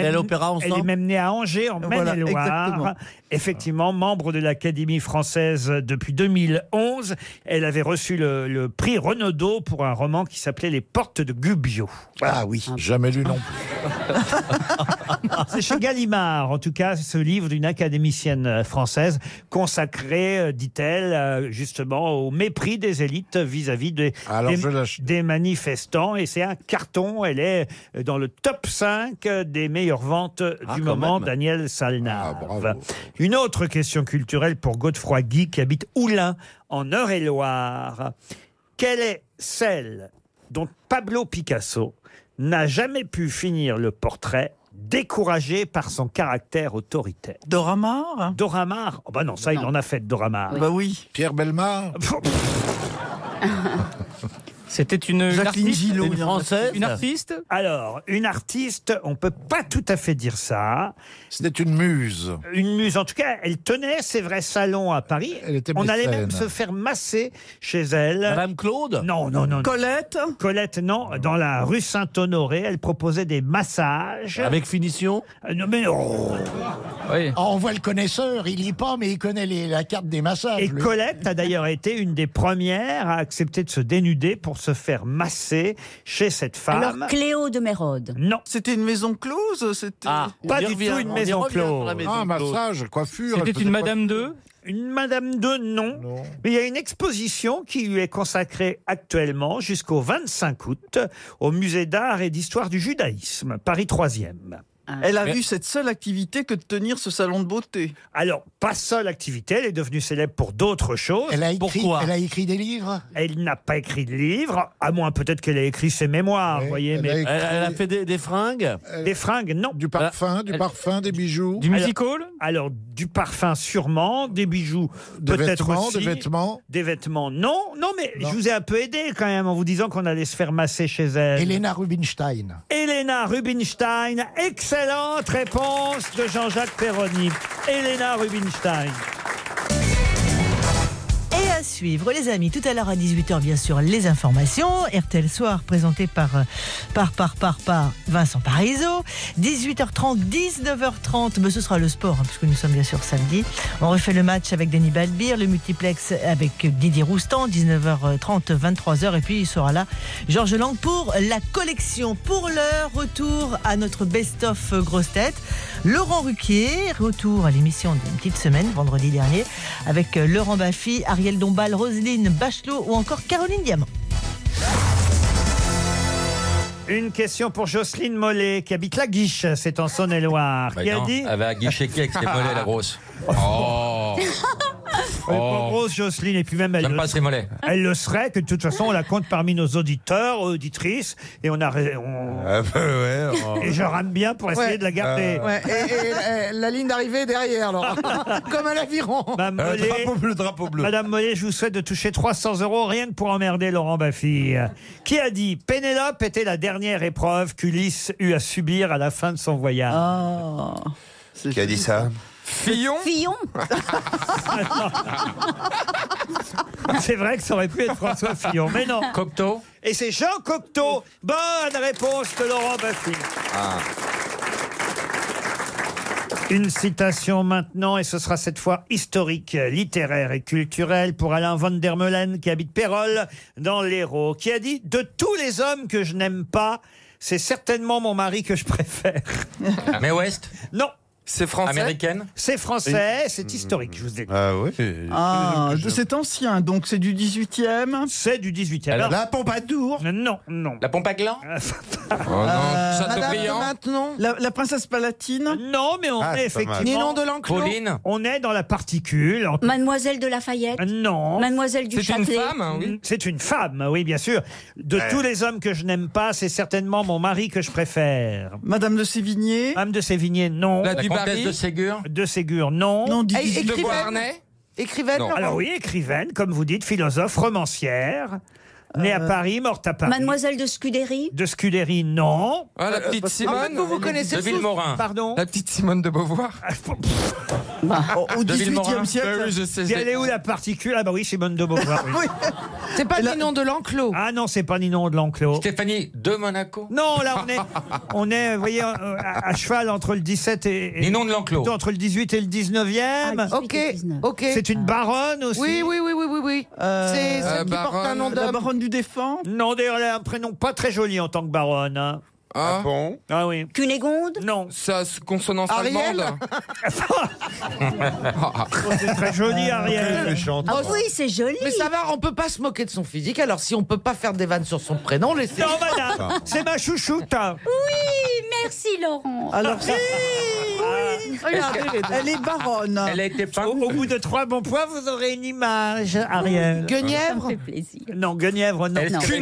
est même née à Angers, en
Voilà, exactement.
Maine-et-Loire. Effectivement, membre de l'Académie française depuis 2011, elle avait reçu le, le prix Renaudot pour un roman qui s'appelait Les Portes de Gubbio.
Ah oui, jamais lu non plus.
C'est chez Gallimard, en tout cas, ce livre d'une académicienne française consacré, euh, dit-elle, euh, justement au mépris des élites vis-à-vis des,
Alors,
des-
je l'achète.
des manifestants. Et c'est un carton. Elle est euh, dans le top 5 des meilleures ventes
Ah,
du moment. Daniel Salnave. Une autre question culturelle pour Godefroy Guy qui habite Oulin en Eure-et-Loire. Quelle est celle dont Pablo Picasso n'a jamais pu finir le portrait découragé par son caractère autoritaire.
Doramar
Doramar oh Bah non, ça, il en a fait de Doramar.
Bah oui.
Pierre Belmar
C'était une,
une Jacqueline artiste, Gillot, une il y en a- Française une
artiste Alors, une artiste, on peut pas tout à fait dire ça.
C'était une muse.
Une muse, en tout cas, elle tenait ses vrais salons à Paris. on allait
mécène.
même se faire masser chez elle. Madame Claude Non, non, non. Colette Colette, non. Dans la rue Saint-Honoré, elle proposait des massages.
Avec finition
Euh, Non, mais... oh.
Ah, on voit le connaisseur, il lit pas, mais il connaît les- la carte des massages.
Et
lui.
Colette a d'ailleurs été une des premières à accepter de se dénuder pour se faire masser chez cette femme.
Alors, Cléo de Mérode.
Non.
C'était une maison close c'était...
Pas du tout une maison close.
Ah,
coiffure.
C'était elle faisait une madame
de Une madame de non. Mais il y a une exposition qui lui est consacrée actuellement jusqu'au 25 août au musée d'art et d'histoire du judaïsme, Paris 3e.
Elle a eu cette seule activité que de tenir ce salon de beauté.
Alors, pas seule activité, elle est devenue célèbre pour d'autres choses.
Elle a écrit-
Pourquoi
elle a écrit des livres
Elle n'a pas écrit de livre, à moins peut-être qu'elle ait écrit ses mémoires, vous voyez.
elle
mais
a écrit- Elle- elle a
fait des, fringues Des fringues, non. Du
parfum, du parfum, des bijoux.
Du musical alors, du parfum sûrement, des bijoux
Des
peut-être
vêtements,
aussi.
des vêtements
Des vêtements, non. Non, mais je vous ai un peu aidé quand même en vous disant qu'on allait se faire masser chez elle.
Elena Rubinstein.
Elena Rubinstein, excellente réponse de Jean-Jacques Perroni. Elena Rubinstein.
Et à suivre, les amis, tout à l'heure à 18h, bien sûr, les informations. RTL Soir, présenté par, euh, par, par, par, par Vincent Parisot. 18h30, 19h30, mais ce sera le sport, hein, puisque nous sommes bien sûr samedi. On refait le match avec Denis Balbir, le multiplex avec Didier Roustan, 19h30, 23h, et puis il sera là, Georges Lang, pour la collection. Pour l'heure, retour à notre best-of euh, grosse tête. Laurent Ruquier, retour à l'émission d'une petite semaine, vendredi dernier, avec euh, Laurent Baffy, Ariel Dombal, Roselyne Bachelot ou encore Caroline Diamant.
Une question pour Jocelyne Mollet, qui habite la Guiche, c'est en Saône-et-Loire.
Bah
qui a
non,
dit
Elle va guicher qui avec ses mollets, la grosse. Oh
Elle est pas grosse, Jocelyne, et puis même elle.
J'aime
le-
pas ses mollets.
Elle le serait, que de toute façon, on la compte parmi nos auditeurs, auditrices, et on a. ré- on- Et je rame bien pour essayer
Ouais. Euh,
de la garder.
Ouais, et, et- et la ligne d'arrivée est derrière, Laurent. Comme à l'aviron.
Madame Mollet, Madame Mollet, je vous souhaite de toucher 300 euros, rien que pour emmerder Laurent Baffy. Qui a dit Pénélope était la dernière épreuve qu'Ulysse eut à subir à la fin de son voyage.
Qui a dit ça
Fillon
Fillon
C'est vrai que ça aurait pu être François Fillon, mais non.
Cocteau
Et c'est Jean Cocteau. Bonne réponse de Laurent Baffy.
Ah.
Une citation maintenant, et ce sera cette fois historique, littéraire et culturelle pour Alain Van der Meulen, qui habite Pérol, dans l'Hérault, qui a dit « De tous les hommes que je n'aime pas, c'est certainement mon mari que je préfère.
Mais West
Non.
C'est français Américaine Mm,
C'est français, c'est historique, je vous ai dit.
Ah oui
Ah, de- c'est ancien, donc c'est du 18e.
C'est du 18e.
Alors,
La Pompadour Non, non.
La Pompaglan Oh,
non,
Euh,
Chateaubriand
Madame de Maintenon la, la princesse palatine
Non, mais on
Ah,
est
c'est pas mal.
effectivement.
Ninon de l'Enclos Pauline
On est dans la particule. en-
Mademoiselle de Lafayette
Euh,
Non.
Mademoiselle du Châtelet
hein,
Hmm.
Mm, C'est une femme, oui, bien sûr. De
Ouais.
tous les hommes que je n'aime pas, c'est certainement mon mari que je préfère.
Madame de Sévigné
Madame de Sévigné, non.
La La Dubarry comtesse de
Ségur De Ségur, non.
Non, du
Eh, 18e. écrivaine.
Écrivaine Laurent
Alors oui, écrivaine, comme vous dites, philosophe, romancière, née à
Euh,
Paris, morte à Paris.
Mademoiselle de Scudéry
De Scudery, non.
Ah, la
Euh,
petite Simone de Villemorin.
Pardon Ah,
La petite Simone de Beauvoir.
Bah, Au,
au De 18e Villemorin. siècle. Ben oui, je sais,
Et
c'est-
elle est où la particule Ah bah oui, Simone de Beauvoir. oui.
C'est pas Ninon de l'enclos.
Ah non, c'est pas Ninon de l'enclos.
Stéphanie de Monaco
Non, là, on est, on est vous voyez, euh, à, à cheval entre le 17 et, et-
Ninon de l'Enclos.
plutôt Entre le 18 et le 19e.
Ok, ok.
C'est une baronne aussi.
Oui, oui, oui, oui, oui, oui.
Euh,
C'est celle
euh,
qui porte un nom
La
d'homme.
baronne
du défunt
Non, d'ailleurs, elle a un prénom pas très joli en tant que baronne. hein.
Ah, bon
Ah oui.
Cunégonde
Non.
Ça se consonance
Ariel Oh,
allemande
Ah.
Oh, C'est très joli,
Euh,
Ariel.
Ah oui, c'est joli. Mais ça va, on peut pas se moquer de son physique. Alors si on peut pas faire des vannes sur son prénom, laissez.
Non, madame, c'est ma chouchoute. hein.
Oui, merci Laurent.
Alors ça-
Oui,
Regardez, Ah. elle est baronne.
Elle a été
Au, au bout de trois bons points, vous aurez une image, Ariel.
Ça
Guenièvre
me fait plaisir.
Non, Guenièvre, non.
Est-ce qu'elle-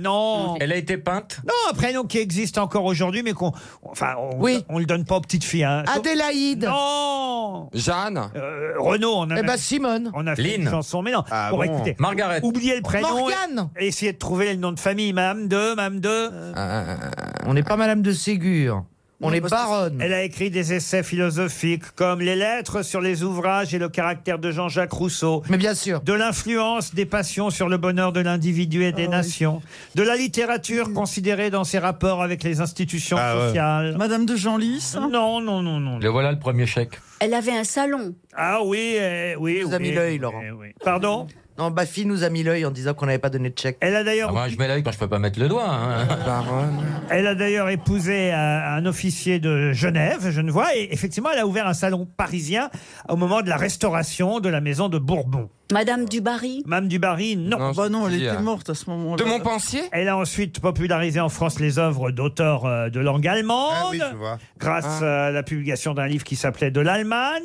Non.
Elle a été peinte
Non, un prénom qui existe encore aujourd'hui, mais qu'on. Enfin, on, on le donne pas aux petites filles. hein.
Adélaïde.
Non.
Jeanne
Euh, Renaud, on a.
Eh ben Simone.
On a fait une
Lynn.
chanson, mais non.
Ah
Bon,
bon.
écoutez,
Margaret.
Oubliez le prénom.
Morgane.
et- et essayez de trouver le nom de famille. Madame de, Madame de.
Euh,
Euh, On n'est pas Madame de Ségur. On est baronne.
Elle a écrit des essais philosophiques comme Les lettres sur les ouvrages et le caractère de Jean-Jacques Rousseau.
Mais bien sûr.
De l'influence des passions sur le bonheur de l'individu et
Ah
des nations. De la littérature considérée dans ses rapports avec les institutions
Ah
sociales.
Madame de Genlis hein
Non, non, non, non.
Le voilà le premier chèque.
Elle avait un salon.
Ah oui, eh, oui.
nous a mis
oui,
l'œil, Laurent.
eh oui. Pardon
Non, Baffy nous a mis l'œil en disant qu'on n'avait pas donné de chèque.
Elle a d'ailleurs.
Ah, moi, je mets l'œil quand je peux pas mettre le doigt. hein.
Bah,
Elle a d'ailleurs épousé euh, un officier de Genève, Genevois, et effectivement, elle a ouvert un salon parisien au moment de la restauration de la maison de Bourbon.
Madame Dubarry
Mme Dubarry, non.
Bah non, elle était morte à ce moment-là.
Montpensier
Elle a ensuite popularisé en France les œuvres d'auteurs euh, de langue allemande,
Ah
grâce euh, à la publication d'un livre qui s'appelait De l'Allemagne.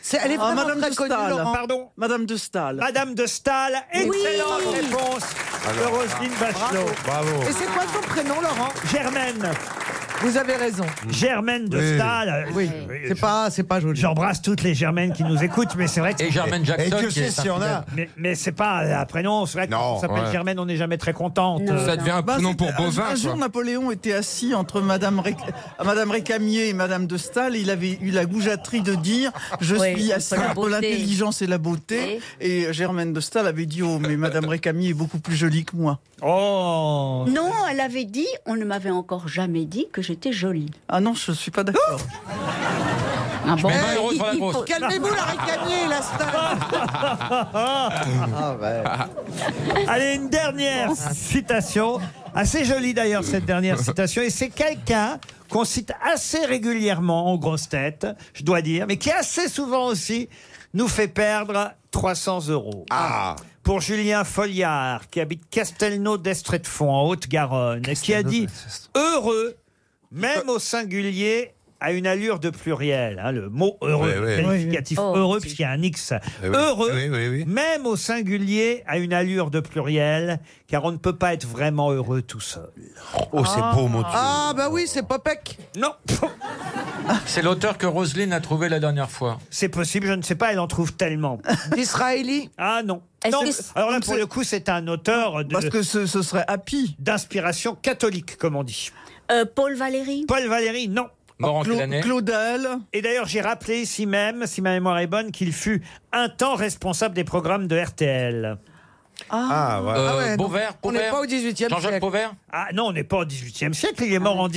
C'est- elle est
Ah,
vraiment
Madame
très
de
connue,
Staël.
Laurent.
Pardon
Madame de Stahl.
Madame de Stahl, excellente réponse
Alors,
de Roselyne
ah,
Bachelot.
Et c'est quoi son prénom, Laurent
Germaine.
Vous avez raison.
Germaine de
Oui.
Stahl. euh,
Oui,
je-
c'est pas, c'est pas joli.
J'embrasse toutes les Germaines qui nous écoutent, mais c'est vrai que.
Et Germaine Jackson,
Dieu
qui est
sait s'il y en a.
infidèle.
Mais, mais c'est pas un prénom. C'est vrai que quand on s'appelle
ouais.
Germaine, on n'est jamais très contente. euh.
Ça devient un
Bah,
prénom
c'était-
pour bovin.
Un, un jour,
quoi.
Napoléon était assis entre Madame, Ré- Madame Récamier et Madame de Stahl. Il avait eu la goujaterie de dire Je
Oui,
suis assis
entre la
entre
beauté.
l'intelligence et la beauté. Et Germaine de Stahl avait dit Oh, mais Madame Récamier est beaucoup plus jolie que moi.
Oh
Non, elle avait dit, on ne m'avait encore jamais dit que j'étais jolie.
Ah non, je suis pas d'accord.
Ah bon
mets
Eh,
euros
il-
sur la
il faut-
Calmez-vous, la Récamier et la
Ah,
Ah, Allez, une dernière citation. Assez jolie d'ailleurs, cette dernière citation. Et c'est quelqu'un qu'on cite assez régulièrement en grosses têtes, je dois dire, mais qui assez souvent aussi nous fait perdre 300 euros. Ah Pour Julien Folliard, qui habite Castelnau d'Estrée de Fonds, en Haute-Garonne, qui a dit Heureux, même au singulier, à une allure de pluriel. hein, le mot heureux,
Oui, oui.
le qualificatif
Oh,
heureux, puisqu'il y a un X.
Eh oui.
Heureux,
Oui, oui, oui.
même au singulier, à une allure de pluriel, car on ne peut pas être vraiment heureux tout seul.
Oh, c'est beau, mon
Ah, bah oui, c'est Popek.
Non,
C'est l'auteur que Roselyne a trouvé la dernière fois.
c'est possible, je ne sais pas, elle en trouve tellement.
Israéli.
Ah non.
Est-ce
Non,
que
mais-
c'est-
alors là,
donc
pour
c'est-
le coup, c'est un auteur de-
Parce que ce, ce serait happy.
d'inspiration catholique, comme on dit.
Euh, Paul Valéry
Paul Valéry, non.
Mort en
Cla-
quelle année
Claudel.
Et d'ailleurs, j'ai rappelé ici même, si ma mémoire est bonne, qu'il fut un temps responsable des programmes de RTL.
Ah, ouais.
Euh,
Ah ouais, non.
Beauvert,
On n'est
Pauvert
pas au 18e
Jean-Jacques
siècle.
Pauvert
Ah non, on n'est pas au XVIIIe siècle, il est mort en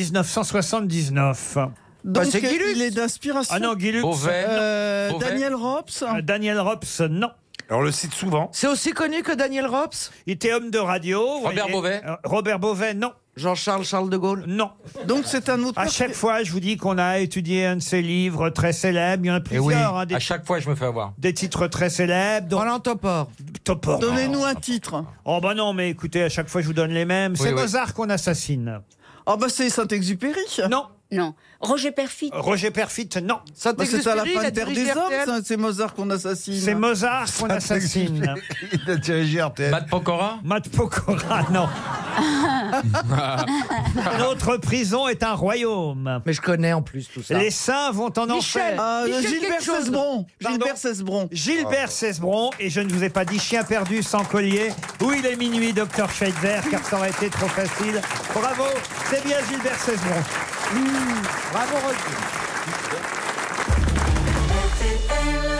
1979.
Donc,
Bah,
euh,
il est d'inspiration.
Ah non, Guy Lux. Beauvais.
Euh,
Beauvais.
Daniel Robs.
Euh, Daniel Robs, non.
Alors, on le cite souvent.
C'est aussi connu que Daniel Robs
Il était homme de radio. vous
Robert
voyez.
Beauvais.
Euh, Robert Beauvais, non.
Jean-Charles Charles de Gaulle
Non.
Donc c'est un autre.
À chaque fois, je vous dis qu'on a étudié un de ses livres très célèbres. Il y en a
Et Eh oui,
plusieurs. hein, des,
à chaque fois, je me fais avoir.
des titres très célèbres. Roland Topor. Topor.
Donnez-nous un titre.
Oh bah non, mais écoutez, à chaque fois, je vous donne les mêmes.
Oui,
C'est
oui.
Mozart qu'on assassine.
Oh bah c'est Saint-Exupéry.
Non.
Non. Roger Perfit.
Roger Perfit, non.
Bah, c'est à la fin de Terre des Hommes, ça,
c'est Mozart qu'on assassine. C'est Mozart qu'on assassine.
Il a dirigé RTL.
Matt Pokora
Matt Pokora, non. Notre prison est un royaume.
Mais je connais en plus tout ça.
Les saints vont en enfer. Euh,
Ah, Gilbert Cesbron. Gilbert Cesbron.
Gilbert Cesbron, et je ne vous ai pas dit chien perdu sans collier. Oui, il est minuit, docteur Scheitzer, car ça aurait été trop facile. Bravo, c'est bien Gilbert Cesbron. Bravo, Roger.